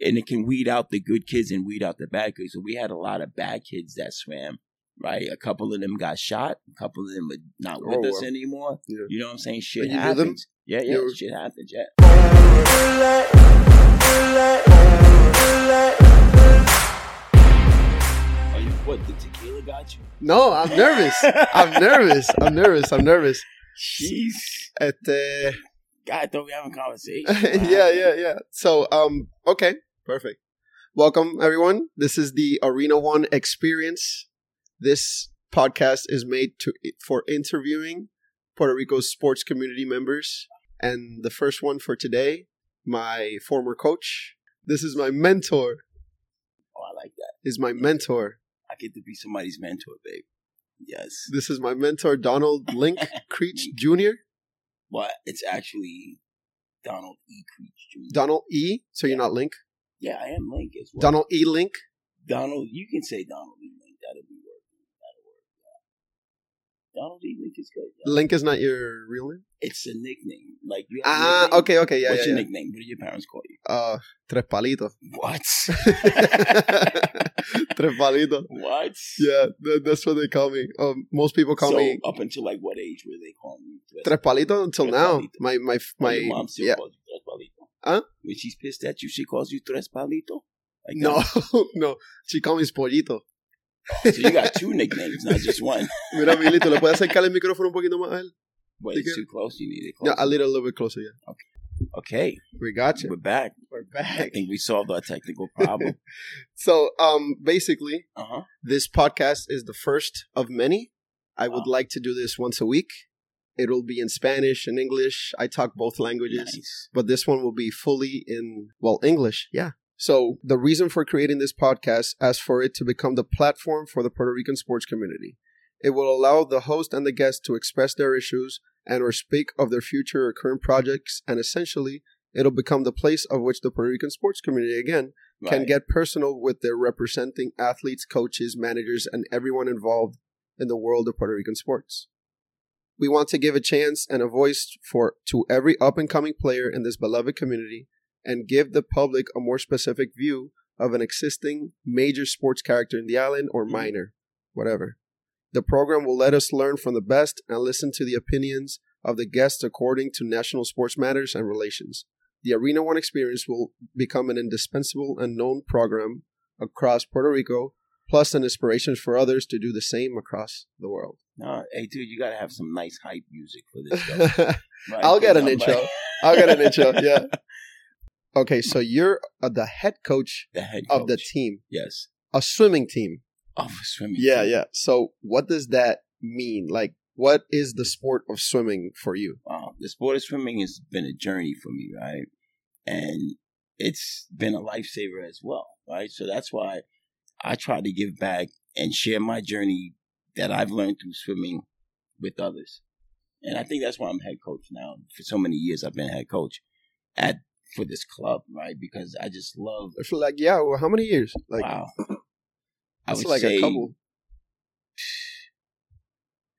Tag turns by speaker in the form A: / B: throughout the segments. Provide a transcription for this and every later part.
A: and it can weed out the good kids and weed out the bad kids. So we had a lot of bad kids that swam. Right, a couple of them got shot. A couple of them are not with
B: Oh,
A: us
B: wow.
A: anymore.
B: Yeah.
A: You know what I'm saying? Shit
B: And you knew them?
A: happens. Yeah, yeah,
B: Yeah.
A: shit happens. Yeah. Are you what? The tequila got you?
B: No, I'm nervous. I'm nervous. I'm nervous. I'm nervous.
A: Jeez.
B: At uh,
A: God, I thought we having a conversation.
B: yeah, yeah, yeah. So, um, okay, perfect. Welcome, everyone. This is the Arena One Experience. This podcast is made to for interviewing Puerto Rico's sports community members, and the first one for today, my former coach. This is my mentor.
A: Oh, I like that.
B: Is my mentor.
A: I get to be somebody's mentor, babe. Yes.
B: This is my mentor, Donald Link Creech Jr.
A: Well, it's actually Donald E. Creech Jr.
B: Donald E. So you're not Link.
A: yeah, I am Link as well.
B: Donald E. Link.
A: Donald, you can say Donald E. Link. That'll be work. That'll work. Yeah. Donald E. Link is good. yeah.
B: Link is not your real name.
A: It's a nickname. Like you have a
B: Ah,
A: nickname?
B: okay, okay, yeah,
A: What's
B: yeah.
A: your
B: yeah.
A: nickname? What do your parents call you?
B: Uh, tres palitos.
A: What?
B: tres palitos.
A: what?
B: Yeah, tha- that's what they call me. Um, most people call
A: so
B: me
A: up until like what age were they calling you?
B: tres palitos until
A: Tres
B: now.
A: Palito.
B: My my f-
A: Or
B: my
A: your mom still
B: yeah.
A: calls you tres palito.
B: Huh?
A: When she's pissed at you, she calls you tres palito. Like
B: No,
A: that?
B: no. She called me Spollito.
A: so you got two nicknames, not just one.
B: Mira, Milito, ¿le puedes acercar el micrófono un poquito más a él?
A: But
B: You
A: it's
B: can-
A: too close. You need it
B: Yeah,
A: closer.
B: a little, a little bit closer, yeah.
A: okay,
B: We got you.
A: we're back.
B: We're
A: I
B: back.
A: think we solved our technical problem.
B: So, um, basically,
A: uh huh.
B: this podcast is the first of many. I would like to do this once a week. It'll be in Spanish and English. I talk both languages,
A: Nice.
B: but this one will be fully in, well, English. Yeah. So, the reason for creating this podcast is for it to become the platform for the Puerto Rican sports community. It will allow the host and the guest to express their issues and or speak of their future or current projects and essentially it'll become the place of which the Puerto Rican sports community again can
A: Right.
B: get personal with their representing athletes, coaches, managers, and everyone involved in the world of Puerto Rican sports. We want to give a chance and a voice for to every up and coming player in this beloved community and give the public a more specific view of an existing major sports character in the island or minor, whatever. The program will let us learn from the best and listen to the opinions of the guests according to national sports matters and relations. The Arena One experience will become an indispensable and known program across Puerto Rico, plus an inspiration for others to do the same across the world.
A: No, hey, dude, you gotta have some nice hype music for this. Show, right?
B: I'll get
A: 'Cause
B: an
A: I'm
B: intro.
A: like-
B: I'll get an intro. Yeah. Okay, so you're uh, the head coach
A: the head
B: of the
A: coach.
B: team,
A: yes
B: a swimming team.
A: of a swimming.
B: Yeah,
A: team.
B: yeah. So what does that mean? Like, what is the sport of swimming for you?
A: Wow, Um, the sport of swimming has been a journey for me, right? And it's been a lifesaver as well, right? So that's why I try to give back and share my journey that I've learned through swimming with others. And I think that's why I'm head coach now. For so many years, I've been head coach at for this club, right? Because I just love.
B: I feel like, yeah, well, how many years? Like,
A: wow, I
B: it's
A: would
B: like
A: say
B: a couple.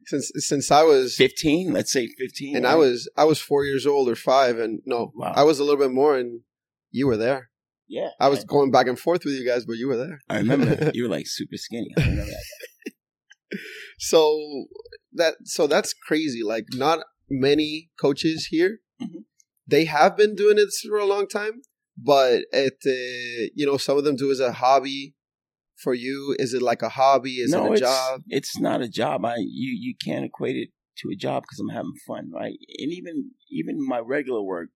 B: Since since I was
A: fifteen. Let's say fifteen.
B: and I
A: right?
B: was I was four years old or five, and no,
A: Wow.
B: I was a little bit more, and you were there.
A: yeah.
B: I was going back and forth with you guys, but you were there.
A: I remember you were like super skinny. I remember that.
B: So that so that's crazy. Like, not many coaches here.
A: Mhm.
B: They have been doing this for a long time, but it uh, you know some of them do as a hobby. For you, is it like a hobby? Is it a
A: it's,
B: job?
A: It's not a job. I you you can't equate it to a job because I'm having fun, right? And even even my regular work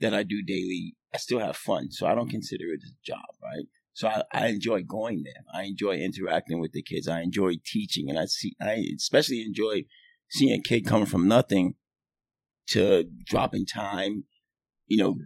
A: that I do daily, I still have fun, so I don't consider it a job, right? So I, I enjoy going there. I enjoy interacting with the kids. I enjoy teaching, and I see I especially enjoy seeing a kid coming from nothing to dropping time, you know,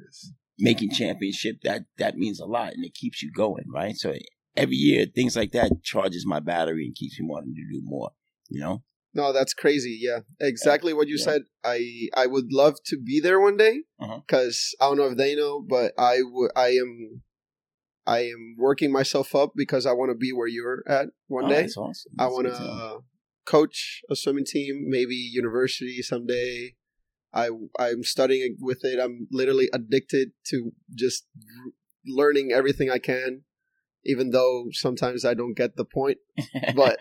A: making championship. That that means a lot, and it keeps you going, right? So every year, things like that charges my battery and keeps me wanting to do more. You know,
B: No, that's crazy. Yeah, exactly what you
A: Yeah.
B: said. I I would love to be there one day
A: Uh-huh.
B: because I don't know if they know, but I w- I am I am working myself up because I want to be where you're at one
A: Oh,
B: day.
A: that's awesome.
B: I
A: That's
B: want
A: awesome.
B: to coach a swimming team, maybe university someday. I I'm studying with it. I'm literally addicted to just learning everything I can, even though sometimes I don't get the point. uh, But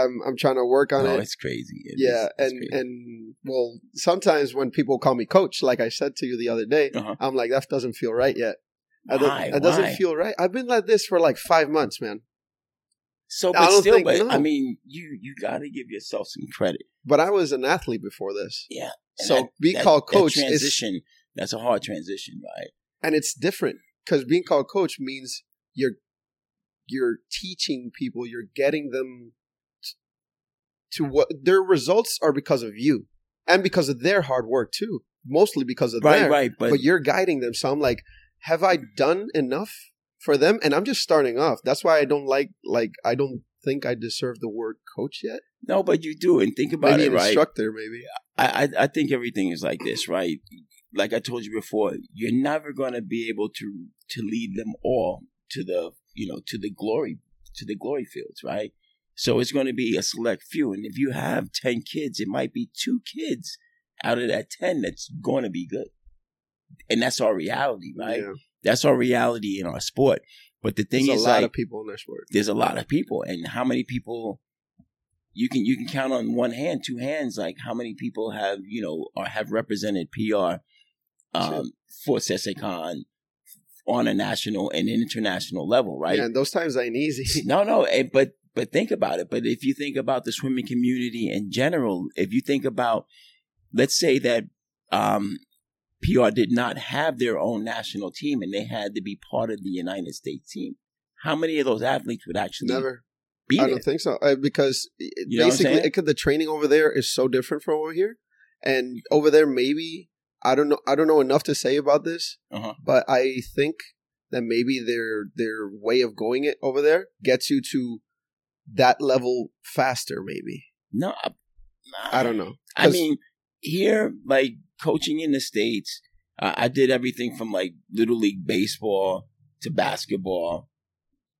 B: I'm I'm trying to work on
A: no,
B: it.
A: it's crazy. It
B: yeah,
A: is- it's
B: and
A: crazy.
B: and well, sometimes when people call me coach, like I said to you the other day,
A: Uh-huh.
B: I'm like that doesn't feel right yet. I don't-
A: Why?
B: It doesn't
A: Why?
B: feel right. I've been like this for like five months, man.
A: so,
B: I
A: but
B: don't
A: still,
B: think-
A: but
B: no.
A: I mean, you you got to give yourself some credit.
B: But I was an athlete before this,
A: Yeah. And
B: so
A: that-
B: being
A: that-
B: called
A: that
B: coach is
A: transition. that's a hard transition, right?
B: and it's different because being called coach means you're you're teaching people you're getting them t- to what their results are because of you and because of their hard work too mostly because of
A: Right,
B: their
A: right. But,
B: but, you're guiding them so i'm like have i done enough for them and i'm just starting off that's why i don't like like i don't think i deserve the word coach yet
A: no, but you do, and think about
B: maybe
A: it,
B: an
A: right?
B: instructor maybe
A: I, I I think everything is like this, right? Like I told you before, you're never going to be able to to lead them all to the you know to the glory to the glory fields, right? So it's going to be a select few, and if you have ten kids, it might be two kids out of that ten that's going to be good, and that's our reality, right?
B: Yeah.
A: That's our reality in our sport. But the thing
B: there's
A: is,
B: a lot
A: like,
B: of people in their sport
A: there's a lot of people and how many people you can you can count on one hand two hands like how many people have you know or have represented pr
B: Sure.
A: um, for sesecon on a national and international level right
B: yeah, and those times ain't easy
A: no no eh, but but think about it but if you think about the swimming community in general if you think about let's say that um PR did not have their own national team and they had to be part of the United States team. How many of those athletes would actually
B: never
A: be
B: I
A: there?
B: don't think so uh, because it-
A: You know what I'm
B: basically,
A: saying?
B: it could, the training over there is so different from over here, and over there maybe I don't know I don't know enough to say about this,
A: Uh-huh.
B: but I think that maybe their their way of going it over there gets you to that level faster. Maybe
A: No, I,
B: I don't know.
A: I mean, here, like coaching in the states, uh, I did everything from like little league baseball to basketball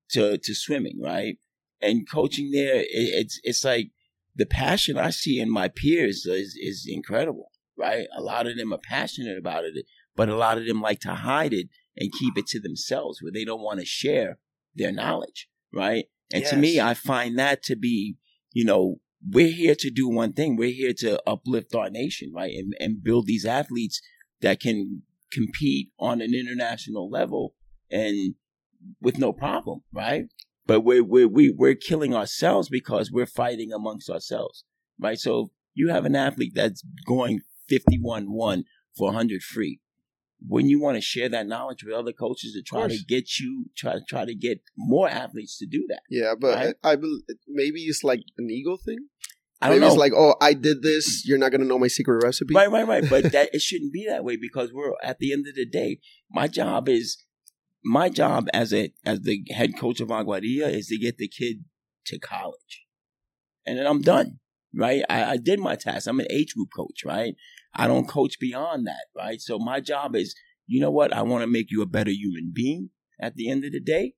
A: to to swimming, right? And coaching there, it, it's it's like the passion I see in my peers is is incredible, right? A lot of them are passionate about it, but a lot of them like to hide it and keep it to themselves, where they don't want to share their knowledge, right? And to me,
B: Yes.
A: I find that to be, you know, we're here to do one thing. We're here to uplift our nation, right? And, and build these athletes that can compete on an international level and with no problem, right? But we're, we're, we, we're killing ourselves because we're fighting amongst ourselves, right? So if you have an athlete that's going 51 1 for 100 free. When you want to share that knowledge with other coaches to try to
B: course.
A: get you, try to try to get more athletes to do that.
B: yeah, but
A: Right?
B: I, I bel maybe it's like an ego thing.
A: I don't
B: maybe
A: know. Mm.
B: it's like oh I did this, you're not gonna know my secret recipe.
A: Right, right, right. But that it shouldn't be that way because we're at the end of the day, my job is my job as a as the head coach of Aguadilla is to get the kid to college. And then I'm done. Right? I, I did my task. I'm an age group coach, right? I don't coach beyond that, right? So my job is, you know what, I want to make you a better human being at the end of the day.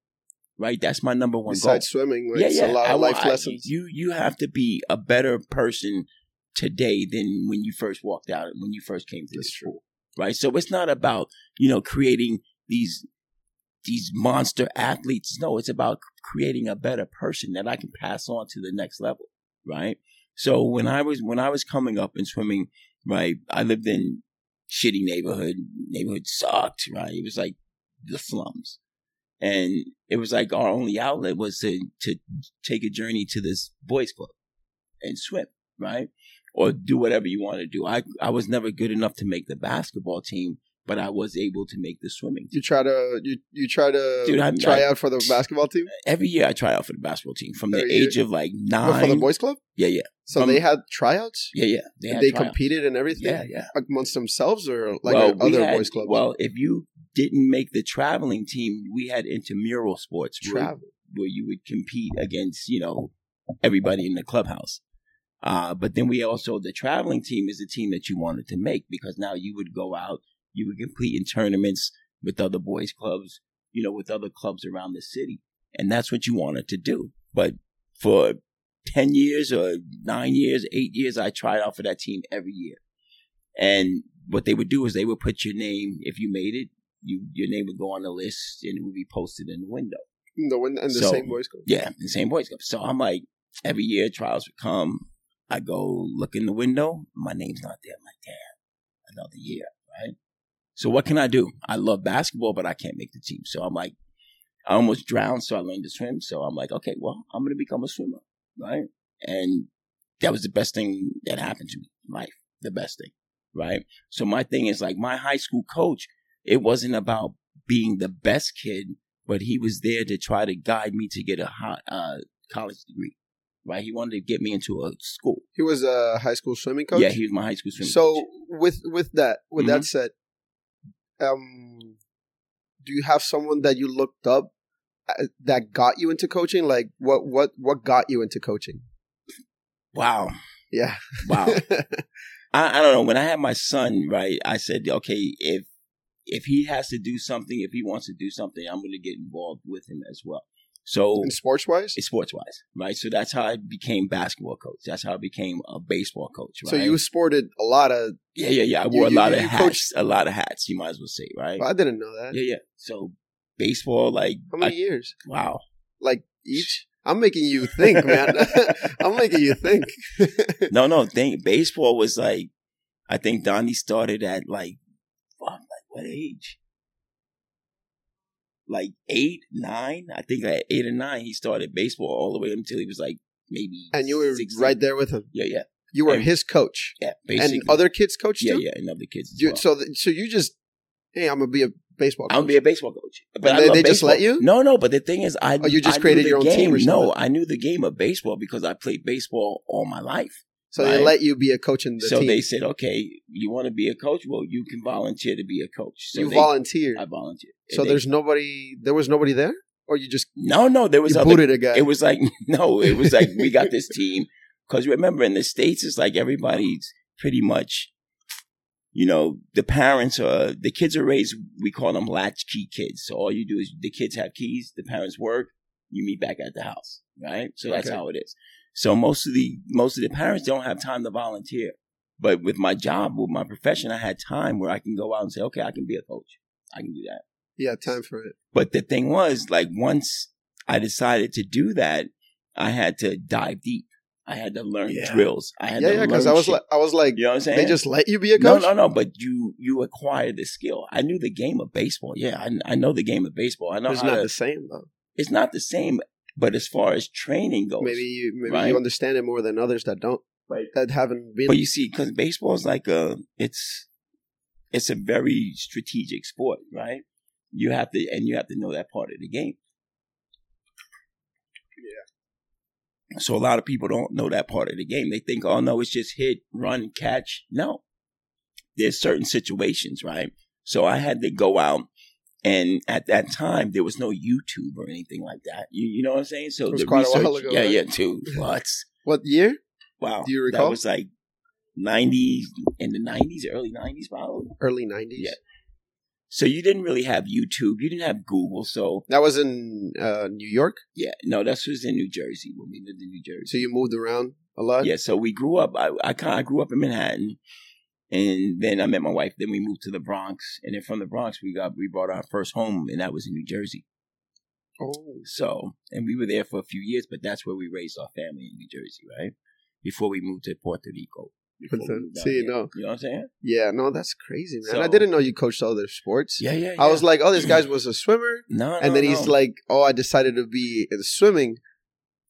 A: Right? That's my number one goal
B: Besides swimming, where it's a lot of
A: I-
B: life
A: I-
B: lessons.
A: You you have to be a better person today than when you first walked out when you first came to the
B: That's true.
A: school, right? So it's not about you know creating these these monster athletes. No, it's about creating a better person that I can pass on to the next level, right? So when I was when I was coming up and swimming, right, I lived in shitty neighborhood. Neighborhood sucked, right? It was like the slums. And it was like our only outlet was to to take a journey to this boys club and swim, right? Or do whatever you want to do. I I was never good enough to make the basketball team, but I was able to make the swimming team.
B: You try to you you try to
A: Dude, I'm-
B: try
A: I-
B: out for the basketball team.
A: Every year I try out for the basketball team from the
B: Every year?
A: age of like
B: But for the
A: nine.
B: boys club.
A: Yeah, yeah,
B: So
A: Um,
B: they had tryouts.
A: yeah, yeah. They,
B: They,
A: had
B: they
A: tryouts.
B: competed and everything
A: Yeah, yeah.
B: amongst themselves or like
A: Well,
B: at
A: we
B: other
A: had-
B: boys clubs.
A: Well, if you didn't make the traveling team, we had intramural sports where,
B: Travel.
A: where you would compete against, you know, everybody in the clubhouse. Uh, but then we also, the traveling team is the team that you wanted to make because now you would go out, you would compete in tournaments with other boys clubs, you know, with other clubs around the city. And that's what you wanted to do. But for 10 years or nine years, eight years, I tried out for that team every year. And what they would do is they would put your name, if you made it, you your name would go on the list and it would be posted in the window.
B: The one and the
A: So-
B: same voice coach.
A: Yeah, the same boys club. So I'm like, every year trials would come. I go look in the window. My name's not there. I'm like, damn, another year, right? So what can I do? I love basketball, but I can't make the team. So I'm like, I almost drowned, so I learned to swim. So I'm like, okay, well, I'm gonna become a swimmer, right? And that was the best thing that happened to me in life. The best thing, right? So my thing is like my high school coach. It wasn't about being the best kid but he was there to try to guide me to get a hot, uh, college degree. Right? He wanted to get me into a school.
B: He was a high school swimming coach.
A: Yeah, he was my high school swimmer.
B: so with with that with
A: Mm-hmm.
B: that said, um, do you have someone that you looked up uh, that got you into coaching? Like what what what got you into coaching?
A: wow,
B: Yeah.
A: wow. I, I don't know. When I had my son, right, I said, okay, if if he has to do something, if he wants to do something, I'm going to get involved with him as well. So
B: In sports wise,
A: sports wise, right? So that's how I became basketball coach. That's how I became a baseball coach. Right?
B: so you sported a lot of.
A: yeah, yeah, yeah. I
B: you-
A: wore
B: you-
A: a lot
B: you
A: of hats,
B: coached-
A: a lot of hats. You might as well say, right?
B: I didn't know that.
A: Yeah, yeah. So baseball, like,
B: How many years?
A: I- wow.
B: Like each? I'm making you think, man. I'm making you think.
A: No, no. Think baseball was like, I think Donnie started at like, fuck, like what age? Like eight, nine. I think at eight or nine, he started baseball all the way until he was like maybe.
B: And you were
A: 16.
B: right there with him.
A: Yeah, yeah,
B: You were
A: And-
B: his coach,
A: yeah. Basically,
B: and other kids' coach
A: yeah,
B: too.
A: yeah, and other kids. As
B: You,
A: well.
B: So, th- so you just, hey, I'm gonna be a baseball. Coach.
A: I would be a baseball coach. But
B: And
A: I
B: they-
A: love
B: they just
A: baseball.
B: let you?
A: No, no. But the thing is, I
B: Oh, you just
A: I knew
B: created
A: the
B: your own team
A: game.
B: or
A: No,
B: something?
A: I knew the game of baseball because I played baseball all my life.
B: so they
A: right.
B: let you be a coach in the
A: so
B: team.
A: they said, okay, you want to be a coach? Well, you can volunteer to be a coach. So
B: you
A: they,
B: volunteered.
A: I volunteered. And
B: so
A: they-
B: there's nobody. There was nobody there, or you just
A: no, no. There was
B: you
A: other.
B: booted a guy.
A: It was like no. It was like we got this team because remember in the states it's like everybody's pretty much, you know, the parents are the kids are raised. We call them latchkey kids. So all you do is the kids have keys, the parents work, you meet back at the house, right? So that's
B: Okay.
A: how it is. So most of the most of the parents don't have time to volunteer. But with my job, with my profession, I had time where I can go out and say, okay, I can be a coach. I can do that.
B: yeah, time for it.
A: But the thing was, like, once I decided to do that, I had to dive deep. I had to learn
B: Yeah.
A: drills. I had
B: Yeah,
A: to
B: yeah. Because
A: Because
B: I was like, I was like,
A: you know what I'm saying?
B: they just let you be a
A: no,
B: coach.
A: no, no. But you you acquire the skill. I knew the game of baseball. Yeah, I, I know the game of baseball. I know
B: it's
A: how
B: not
A: to-
B: the same though.
A: it's not the same. But as far as training goes,
B: Maybe you maybe
A: right?
B: you understand it more than others that don't
A: Right.
B: that haven't been.
A: but you see, because baseball is like a it's it's a very strategic sport, right? You have to and you have to know that part of the game. Yeah. So a lot of people don't know that part of the game. They think, oh no, it's just hit, run, catch. No, there's certain situations, right? So I had to go out. And at that time, there was no YouTube or anything like that. You, you know what I'm saying? So
B: It was
A: the
B: quite a while
A: research-
B: ago,
A: yeah,
B: right?
A: yeah, too. What's
B: what year?
A: Wow.
B: Do you recall?
A: That was like 90s, in the 90s, early 90s, probably.
B: Early nineties.
A: Yeah. So you didn't really have YouTube. You didn't have Google. So,
B: That was in uh, New York.
A: yeah, no, that's was in New Jersey when we lived in New Jersey.
B: So you moved around a lot.
A: Yeah, so we grew up. I, I kind of grew up in Manhattan. And then I met my wife. Then we moved to the Bronx. And then from the Bronx, we got, we bought our first home, and that was in New Jersey.
B: Oh.
A: So, and we were there for a few years, but that's where we raised our family in New Jersey, right? Before we moved to Puerto Rico. Before we moved down
B: See,
A: here.
B: no.
A: You know what I'm saying?
B: Yeah, no, that's crazy, man. I
A: So-
B: didn't know you coached other sports.
A: Yeah, yeah.
B: I was like, oh, this guy was a swimmer,
A: no, no,
B: and then he's
A: no.
B: like, oh, I decided to be in swimming.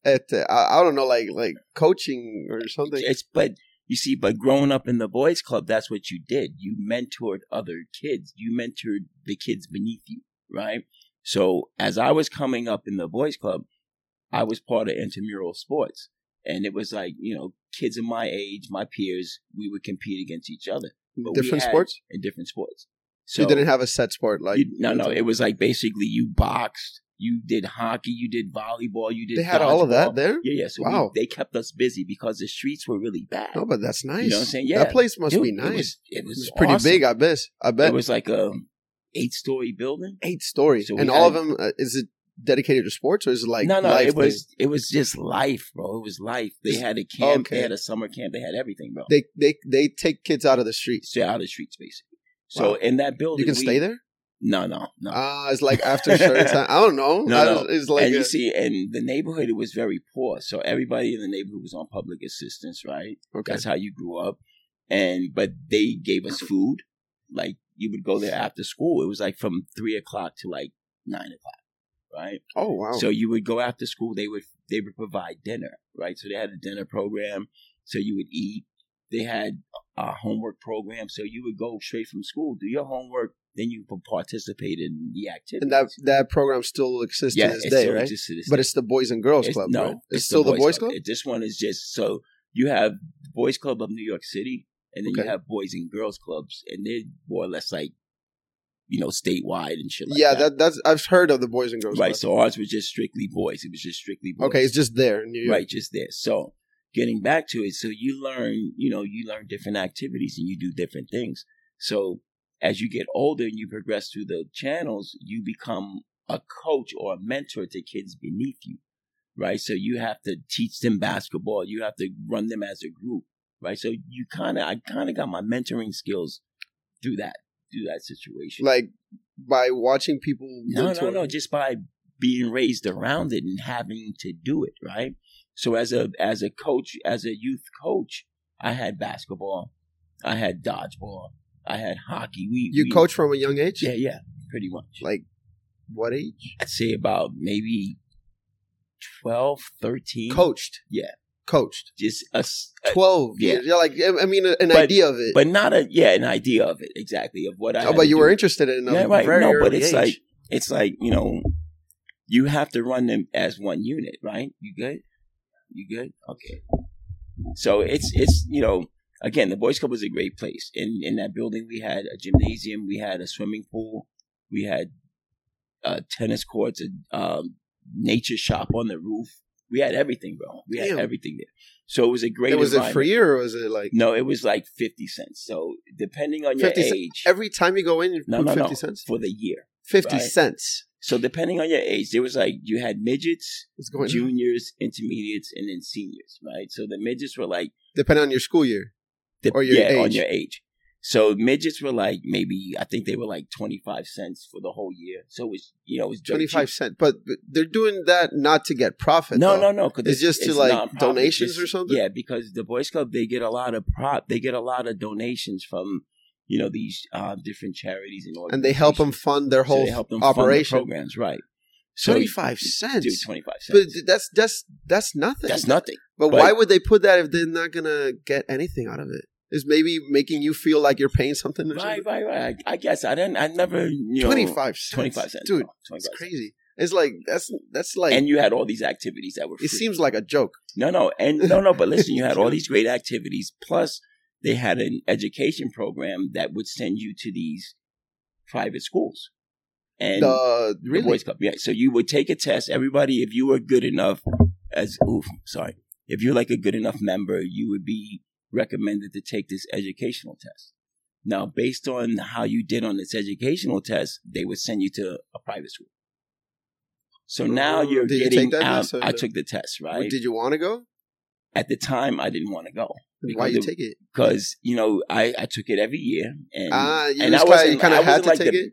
B: At uh, I, I don't know, like like coaching or something.
A: It's but you see, but growing up in the boys' club, that's what you did. You mentored other kids. You mentored the kids beneath you, right? So as I was coming up in the boys' club, I was part of intramural sports, and it was like you know, kids of my age, my peers, we would compete against each other But we
B: Different
A: had-
B: sports.
A: in different sports. So
B: you didn't have a set sport like
A: you- no, no, it was like basically you boxed, you did hockey, you did volleyball, you did
B: they had all of that
A: dodgeball.
B: there.
A: Yeah, yeah. So we-
B: Wow.
A: they kept us busy because the streets were really bad.
B: No, but that's nice.
A: You know what I'm saying?
B: that
A: Yeah.
B: place must
A: Dude,
B: be nice.
A: It was, it was
B: It's pretty
A: awesome.
B: big. I bet. I bet
A: It was like a eight story building.
B: eight stories,
A: So we
B: and all
A: had-
B: of them. Uh, is it dedicated to sports or is it like
A: no, no,
B: life
A: it was it was just life, bro. It was life. They had a camp,
B: Okay.
A: they had a summer camp, they had everything, bro.
B: thing? They they they take kids out of the streets.
A: Straight out of the streets, basically. So
B: Wow.
A: in that building,
B: You can
A: we-
B: stay there.
A: No, no, no.
B: Ah, it's like after shirt time. I don't know.
A: No,
B: I
A: no.
B: just- It's like
A: and
B: a-
A: you see, and the neighborhood it was very poor, so everybody in the neighborhood was on public assistance, right?
B: okay.
A: That's how you grew up, and but they gave us food. Like you would go there after school. It was like from three o'clock to like nine o'clock, right?
B: Oh wow.
A: So you would go after school. They would they would provide dinner, right? So they had a dinner program. So you would eat. They had a homework program. So you would go straight from school, do your homework, then you could participate in the activity.
B: and that that program still exists
A: yeah,
B: to this
A: it
B: day,
A: still
B: right?
A: exists to this
B: But
A: day.
B: it's the Boys and Girls
A: It's-
B: Club.
A: no,
B: right? it's, still the Boys, Club.
A: It- this one is just so you have Boys Club of New York City, and then
B: Okay.
A: you have Boys and Girls Clubs, and they're more or less like you know statewide and shit. Like
B: yeah,
A: that.
B: that. that's I've heard of the Boys and Girls
A: right.
B: Club.
A: So ours was just strictly boys. It was just strictly boys.
B: okay, it's just there in New York.
A: right just there so getting back to it so you learn you know you learn different activities and you do different things so as you get older and you progress through the channels you become a coach or a mentor to kids beneath you right so you have to teach them basketball you have to run them as a group right so you kind of i kind of got my mentoring skills through that through that situation
B: Like by watching people.
A: no, no,
B: mentor.
A: no. Just by being raised around it and having to do it, right? So as a as a coach, as a youth coach, I had basketball, I had dodgeball, I had hockey. We
B: You
A: we-
B: coach from a young age.
A: yeah, yeah, pretty much.
B: Like- What age?
A: I'd say about maybe 12, 13.
B: Coached.
A: Yeah.
B: Coached.
A: just a, s- a-
B: Twelve.
A: Uh, yeah.
B: Yeah. You're like I I mean, an
A: But-
B: idea of it.
A: but not a yeah, an idea of it exactly of what I.
B: oh,
A: had
B: but
A: to
B: you
A: do.
B: were interested in. A
A: yeah, right.
B: Very
A: No, but
B: early
A: it's
B: age.
A: like it's like you know, you have to run them as one unit, right? You good? You good? Okay. So it's it's you know again the boys club was a great place. In in that building we had a gymnasium, we had a swimming pool, we had uh, tennis courts, a um, nature shop on the roof. We had everything, bro. We had
B: Damn.
A: everything there. So it was a great.
B: And was it
A: environment.
B: free or was it like
A: No, it was like fifty cents. So depending on your
B: 50 cent-
A: age,
B: every time you go in, you
A: no,
B: put
A: no,
B: fifty
A: no,
B: cents?
A: for the year.
B: Fifty
A: Right.
B: cents.
A: So depending on your age, there was like you had midgets,
B: It's going
A: juniors, intermediates, and then seniors, right? So the midgets were like
B: depending on your school year.
A: the,
B: Or your
A: yeah, on
B: age.
A: your age. So midgets were like maybe I think they were like twenty five cents for the whole year. So it was you know it was dirt
B: Twenty five
A: cheap.
B: cent, but but they're doing that not to get profit.
A: No, no,
B: though.
A: no. 'cause
B: It's just to, like, donations
A: It's-
B: or something?
A: Yeah, because the Boys Club they get a lot of prop, they get a lot of donations from you know these uh, different charities and
B: and they help them
A: organizations.
B: fund their
A: So
B: whole
A: they help them fund the
B: operation.
A: programs, right? So
B: Twenty five cents,
A: twenty five cents.
B: but that's that's that's nothing.
A: That's nothing.
B: but,
A: but-
B: why would they put that if they're not gonna get anything out of it? Is maybe making you feel like you're paying something? Or
A: Right, right, right. I, I guess I didn't. I never you know
B: Twenty five cents,
A: 25 cents,
B: dude.
A: bro. 25
B: It's
A: cents.
B: crazy. It's like that's that's like
A: And you had all these activities that were. Free.
B: it seems like a joke.
A: no, no, and no, no. But listen, you had all these great activities. Plus, they had an education program that would send you to these private schools. And
B: the
A: the
B: really
A: Boys Club. Yeah. So you would take a test. Everybody, if you were good enough, as oof, sorry, if you're like a good enough member, you would be recommended to take this educational test. Now, based on how you did on this educational test, they would send you to a private school. So now
B: Mm,
A: you're
B: did you
A: getting
B: take that
A: out.
B: test or
A: I
B: no?
A: took the test, right?
B: Did you want to go?
A: At the time, I didn't want to go
B: Why
A: Because
B: you
A: it-
B: take it?
A: because you know I, I took it every year, and
B: Ah, you,
A: and I
B: just kinda,
A: wasn't-
B: you kind
A: I
B: of had
A: wasn't
B: to
A: like
B: take
A: the-
B: it.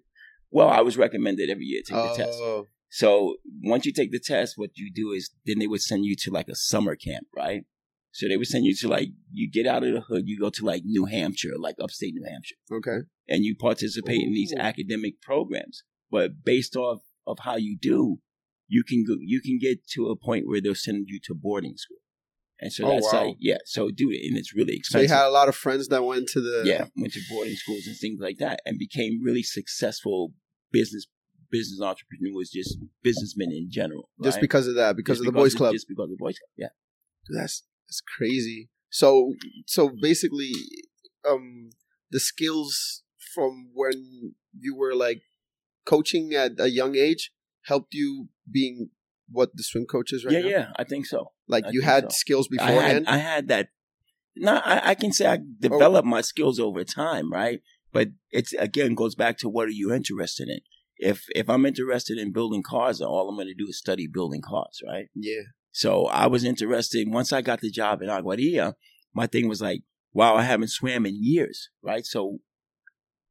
A: well, I was recommended every year to take the test.
B: Oh,
A: So once you take the test, what you do is then they would send you to like a summer camp, right? So they would send you to like you get out of the hood, you go to like New Hampshire, like upstate New Hampshire,
B: okay.
A: and you participate in these
B: Ooh.
A: academic programs. But based off of how you do, you can go, you can get to a point where they'll send you to boarding school, and so
B: Oh,
A: that's
B: wow.
A: like yeah. So do it, and it's really
B: So you
A: expensive.
B: had a lot of friends that went to the
A: yeah, went to boarding schools and things like that, and became really successful business business entrepreneurs, just businessmen in general.
B: just
A: right?
B: because of that, because
A: Just
B: of the boys club.
A: Just because of the boys club. Yeah.
B: that's that's crazy. So so basically, um, the skills from when you were like coaching at a young age helped you being what the swim coach is right
A: yeah,
B: now.
A: yeah. I think so.
B: Like
A: I
B: you
A: think
B: had
A: so.
B: skills
A: I had,
B: beforehand. Oh.
A: I had that. No, I, I can say I developed my skills over time, right? But it's again goes back to what are you interested in. If if I'm interested in building cars, then all I'm going to do is study building cars, right?
B: yeah,
A: So I was interested. Once I got the job in Aguadilla, my thing was like, wow, I haven't swam in years, right? So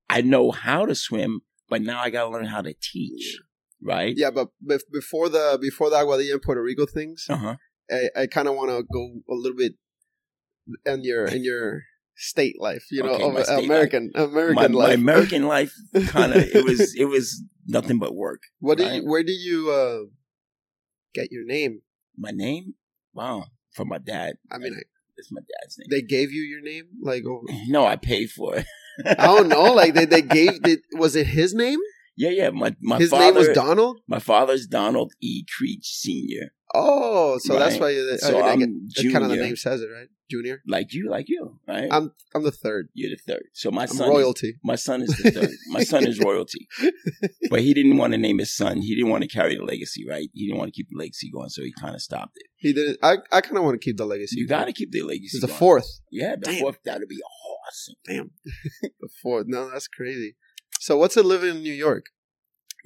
A: I know how to swim, but now I got to learn how to teach, right?
B: Yeah, but bef- before the before the Aguadilla and Puerto Rico things,
A: Uh huh.
B: I, I kind of want to go a little bit in your in your state life, you know,
A: Okay,
B: of
A: my state
B: American
A: My,
B: American
A: my
B: life.
A: American life kind of it was it was nothing but work.
B: what do
A: right.
B: you, where do you uh, get your name?
A: My name, wow, from my dad.
B: I mean, I,
A: It's my dad's name.
B: they gave you your name, like oh,
A: no, I paid for it.
B: I don't know, like they they gave. Did, was it his name?
A: yeah, yeah. My my
B: his
A: father.
B: name was Donald.
A: My father's Donald E. Creech Senior.
B: Oh, so that's
A: Right.
B: why you.
A: So
B: I
A: I'm
B: mean, I
A: junior,
B: kind of the name says it, right? Junior.
A: like you, like you, right?
B: I'm I'm the third.
A: You're the third. So my
B: I'm
A: son, is,
B: royalty.
A: my son is the third. my son is royalty, but he didn't want to name his son. He didn't want to carry the legacy, right? He didn't want to keep the legacy going, so he kind of stopped it.
B: He didn't. I I kind of want to keep the legacy.
A: you got to keep the legacy.
B: It's the
A: going.
B: fourth.
A: yeah, the
B: Damn.
A: fourth. That'd be awesome.
B: Damn. the fourth. No, that's crazy. So what's it living in New York?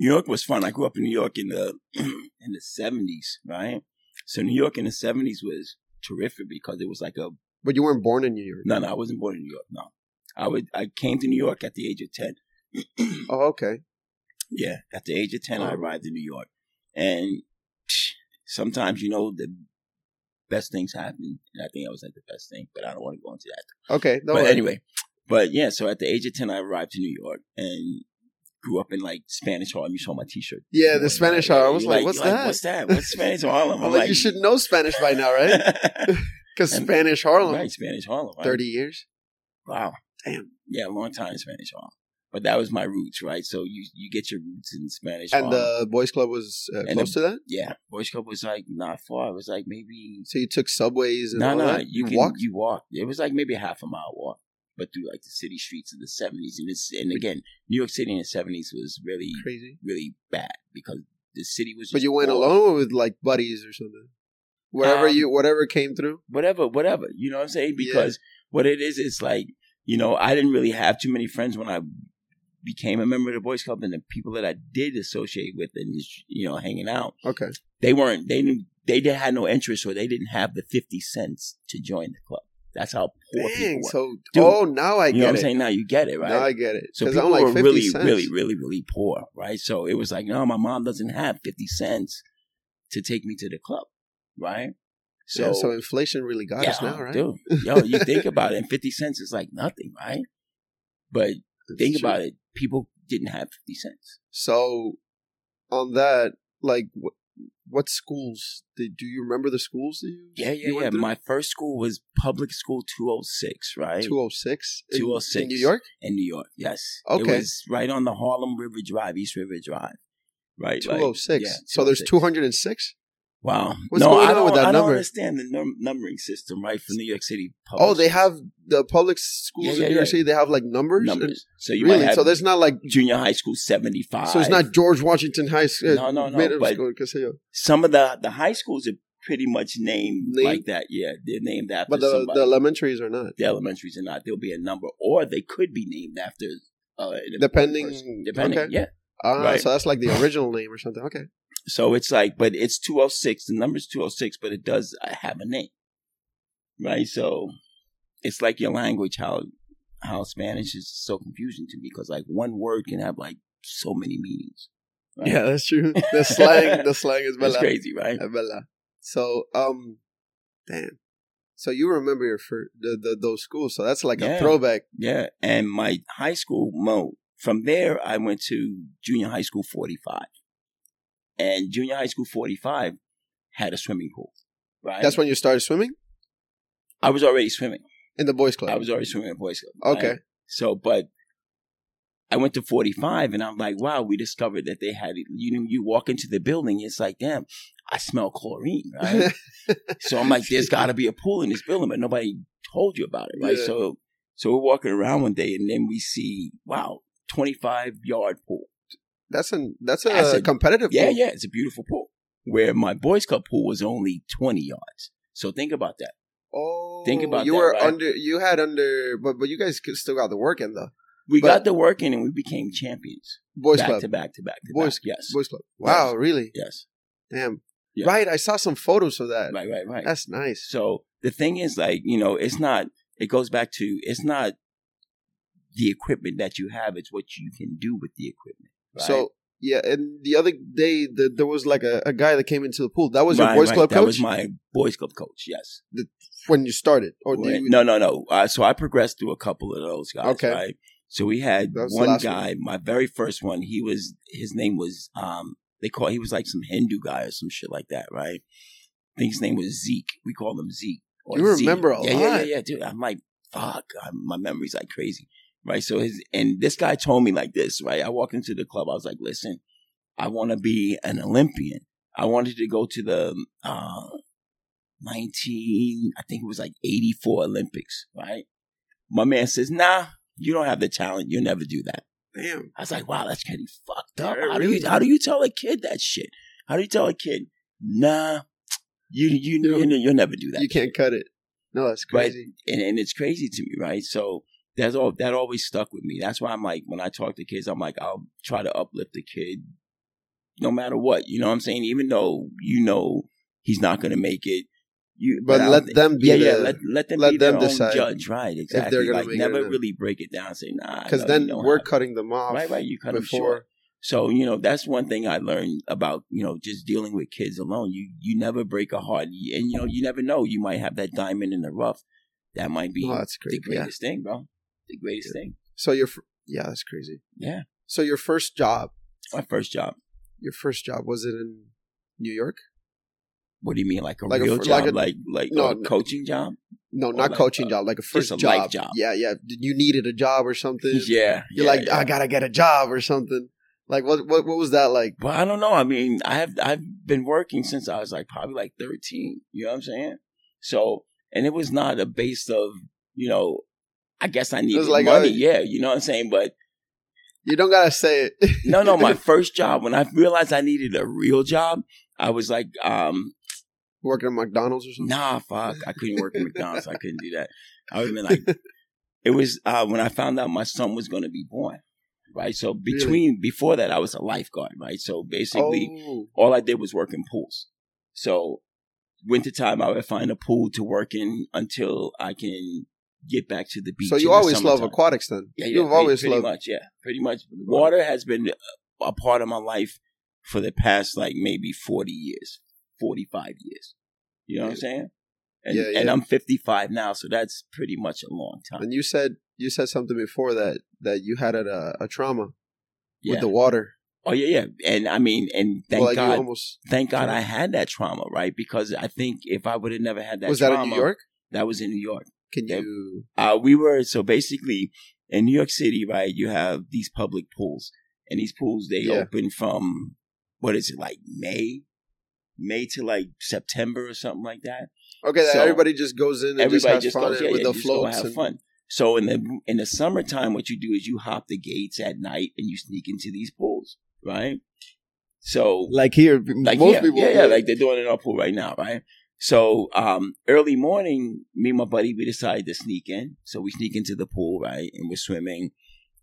A: New York was fun. I grew up in New York in the in the seventies, right? So New York in the seventies was terrific because it was like a
B: But you weren't born in New York.
A: no, no. I wasn't born in New York. No, I would. I came to New York at the age of ten.
B: Oh, okay.
A: Yeah, at the age of 10, I
B: Wow.
A: arrived in New York. And psh, sometimes, you know, the best things happen. And I think that was like the best thing, but I don't want to go into that.
B: Okay. No.
A: but
B: worry.
A: anyway, but yeah, so at the age of 10, I arrived to New York and grew up in like Spanish Harlem. You saw my t shirt.
B: Yeah, the Spanish Harlem. I was like, what's that?
A: What's that? What's Spanish Harlem?
B: I'm like, you should know Spanish by now, right? Because
A: And-
B: Spanish Harlem,
A: right, Spanish Harlem. right?
B: thirty years.
A: Wow.
B: Damn.
A: Yeah, a long time in Spanish Harlem. But that was my roots, right? So you you get your roots in Spanish
B: And uh,
A: Harlem.
B: the boys' club was uh,
A: And
B: close to that.
A: yeah, Boys Club was like not far. It was like maybe
B: So you took subways and
A: no,
B: all
A: no.
B: that.
A: You can
B: walked.
A: you walk. It was like maybe a half a mile walk, but through like the city streets of the seventies and this and again, New York City in the seventies was really
B: crazy.
A: really bad because the city was. Just
B: But you went
A: poor.
B: alone or with like buddies or something. Whatever
A: Um,
B: you, whatever came through.
A: whatever, whatever. You know what I'm saying?
B: Yeah.
A: Because what it is, it's like you know, I didn't really have too many friends when I became a member of the Boys Club, and the people that I did associate with and just, you know hanging out.
B: Okay.
A: they weren't they didn't they did had no interest or they didn't have the 50 cents to join the club that's how poor people
B: Dang.
A: were
B: So
A: Dude,
B: oh, now I
A: you
B: get
A: know what i'm
B: it.
A: saying now you get it right
B: Now I get it.
A: so
B: 'Cause
A: people
B: I'm like
A: were
B: 50
A: really
B: cents.
A: really really really poor right so it was like no my mom doesn't have 50 cents to take me to the club right so,
B: Yeah, so inflation really got us now, right?
A: dude yo you think about it and 50 cents is like nothing right but
B: That's
A: think
B: true.
A: about it people didn't have 50 cents
B: So, on that, like, what, what schools did do you remember the schools that you?
A: yeah yeah
B: you
A: yeah
B: went
A: my first school was public school 206 right
B: two hundred six,
A: 206.
B: in New York.
A: in New York. Yes.
B: Okay.
A: It was right on the Harlem River Drive, East River Drive. Right.
B: Two
A: like-
B: hundred six.
A: yeah,
B: so there's
A: 206.
B: two hundred and six.
A: Wow.
B: What's
A: no,
B: going
A: I
B: on
A: don't,
B: with that
A: I don't
B: number?
A: understand the num- numbering system, right, for New York City. public
B: Oh, they have the public schools
A: Yeah, yeah,
B: in New York
A: yeah.
B: City. They have like numbers. and-
A: numbers. So you
B: really?
A: might have
B: so there's not like.
A: junior high school 75.
B: So it's not George Washington High School.
A: No, no, no,
B: Middle
A: but-
B: school, Castillo.
A: Some of the, the high schools are pretty much named
B: Named?
A: like that. Yeah. They're named after
B: But the,
A: somebody.
B: the
A: The,
B: elementaries are not.
A: elementaries are not. There'll be a number. Or they could be named after. Uh, an important
B: Depending-
A: person. Depending.
B: okay.
A: Yeah.
B: Ah,
A: Right.
B: so that's like the original name or something. Okay.
A: So it's like, but it's 206. The number's 206, but it does uh, have a name, right? So it's like your language, how how Spanish is so confusing to me because like one word can have like so many meanings. right?
B: Yeah, that's true. The slang, the slang is
A: that's
B: bella.
A: crazy, right?
B: Uh, Bella. So, um, damn. So you remember your first the, the those schools? So that's like a
A: Yeah.
B: throwback.
A: Yeah. And my high school, Mo. From there, I went to junior high school 45, and junior high school 45 had a swimming pool. Right.
B: That's when you started swimming
A: I was already swimming.
B: in the boys' club.
A: I was already swimming at Boys Club.
B: okay,
A: right? So, but I went to 45 and I'm like, wow, we discovered that they had, you know, you walk into the building, it's like, damn, I smell chlorine, right? so I'm like, there's got to be a pool in this building, but nobody told you about it, right?
B: Yeah.
A: So, so we're walking around one day and then we see, wow, 25 yard pool.
B: that's an that's a
A: That's a-
B: competitive.
A: Yeah,
B: pool.
A: yeah, it's a beautiful pool. Where my Boys Club pool was only 20 yards. So think about that.
B: Oh,
A: Think about
B: you
A: that,
B: were
A: right?
B: under. You had under, but but you guys could- still got the work in though.
A: We
B: But-
A: got the work in and we became champions.
B: Boys'
A: back
B: club,
A: to back to back to
B: Boys-
A: back. Yes.
B: boys' club. Wow, really?
A: Yes.
B: Damn.
A: Yeah.
B: Right, I saw some photos of that.
A: Right, right, right.
B: That's nice.
A: So the thing is, like, you know, it's not, it goes back to, it's not the equipment that you have, it's what you can do with the equipment. Right?
B: So yeah, and the other day the, there was like a, a guy that came into the pool. That was your
A: Right,
B: boys
A: right.
B: club
A: that
B: coach
A: was my boys club coach. Yes.
B: when you started, or Oh, do
A: Right.
B: you,
A: no, no, no. Uh, so I progressed through a couple of those guys.
B: Okay.
A: Right? So we had
B: That was the
A: one
B: last
A: guy, my very first one. He was his name was um they call he was like some Hindu guy or some shit like that, right? I think his name was Zeke. We called him Zeke. or
B: You
A: Z.
B: remember a
A: yeah, Yeah, yeah,
B: lot.
A: yeah, dude. I'm like, fuck. I'm, my memory's like crazy, right? So his and this guy told me like this, right? I walked into the club. I was like, listen, I want to be an Olympian. I wanted to go to the uh, 19, I think it was like 84 Olympics, right? My man says, nah, you don't have the talent. You'll never do that.
B: damn,
A: I was like, wow, that's kind of fucked up.
B: Yeah,
A: how,
B: really.
A: do you, how do you tell a kid that shit? How do you tell a kid, nah, you, you,
B: You-
A: you, you'll never do that
B: you can't cut it. No, that's
A: Right.
B: crazy.
A: and, and it's crazy to me, right? So that's all that always stuck with me. That's why I'm like when I talk to kids, I'm like, I'll try to uplift the kid no matter what. You know what I'm saying? Even though you know he's not gonna make it. You
B: But
A: I'll-
B: let them be
A: yeah,
B: the-
A: yeah, let, let them
B: let
A: be their
B: them
A: own
B: decide
A: judge, right? Exactly.
B: gonna
A: like
B: make it or
A: never
B: not.
A: really break it down and say, nah,
B: Because
A: no,
B: then
A: you don't
B: we're
A: have it.
B: cutting them off.
A: right, right, you cut 'em short.
B: before
A: So you know that's one thing I learned about you know just dealing with kids alone. You you never break a heart, You- and you know you never know you might have that diamond in the rough. That might be
B: Oh, that's
A: the
B: crazy. Yeah.
A: greatest thing, bro. The greatest thing.
B: So your fir- yeah, that's crazy.
A: Yeah,
B: So your first job,
A: my first job.
B: your first job was it in New York?
A: What do you mean, like a
B: Like a
A: real
B: fir-
A: job,
B: like
A: like
B: a-
A: like,
B: no,
A: a coaching job?
B: No,
A: Or
B: not
A: like,
B: coaching
A: uh,
B: job, like a first
A: a
B: job.
A: life job.
B: Yeah, yeah. Did You needed a job or something.
A: Yeah,
B: You're
A: yeah,
B: like,
A: yeah.
B: I gotta get a job or something. Like what? What? What was that like?
A: But I don't know. I mean, I have I've been working since I was like probably like thirteen. You know what I'm saying? So, and it was not a base of you know, I guess I needed
B: like,
A: money.
B: oh,
A: yeah, you know what I'm saying. But
B: You don't gotta say it.
A: no, no, my first job when I realized I needed a real job, I was like, um,
B: working at McDonald's or something.
A: nah, fuck, I couldn't work at McDonald's. I couldn't do that. I would have been like, it was uh, when I found out my son was going to be born, right? So between before that, I was a lifeguard, right? So basically,
B: Oh,
A: all I did was work in pools. So wintertime, I would find a pool to work in until I can get back to the beach.
B: so
A: in
B: you
A: the
B: always love
A: summertime.
B: aquatics then?
A: Yeah, yeah,
B: You've
A: pretty-
B: always
A: pretty
B: loved.
A: much, yeah, pretty much. Water has been a part of my life for the past like maybe forty years, forty five years. You know what I'm saying? And,
B: Yeah,
A: and
B: yeah.
A: I'm 55 now, so that's pretty much a long time.
B: And you said you said something before that that you had a, a trauma
A: Yeah.
B: with the water.
A: oh yeah, yeah. And I mean, and thank
B: well, like you
A: God,
B: almost
A: thank God
B: Sorry.
A: I had that trauma, right? Because I think if I would have never had that,
B: was
A: trauma,
B: that in New York?
A: That was in New York.
B: Can
A: Yeah.
B: you?
A: uh, we were so basically in New York City, right? You have these public pools, and these pools they
B: Yeah.
A: open from what is it like May, May to like September or something like that.
B: Okay, that
A: So,
B: everybody just goes in and
A: Everybody
B: just has
A: just
B: fun
A: goes
B: and
A: yeah,
B: with
A: yeah,
B: the
A: just go
B: floats.
A: have
B: and,
A: fun. So in the in the summertime, what you do is you hop the gates at night and you sneak into these pools, right? So
B: Like here,
A: like
B: most
A: yeah,
B: people.
A: yeah, yeah, like they're doing it in our pool right now, right? So um, early morning, me and my buddy we decided to sneak in. So we sneak into the pool, right, and we're swimming.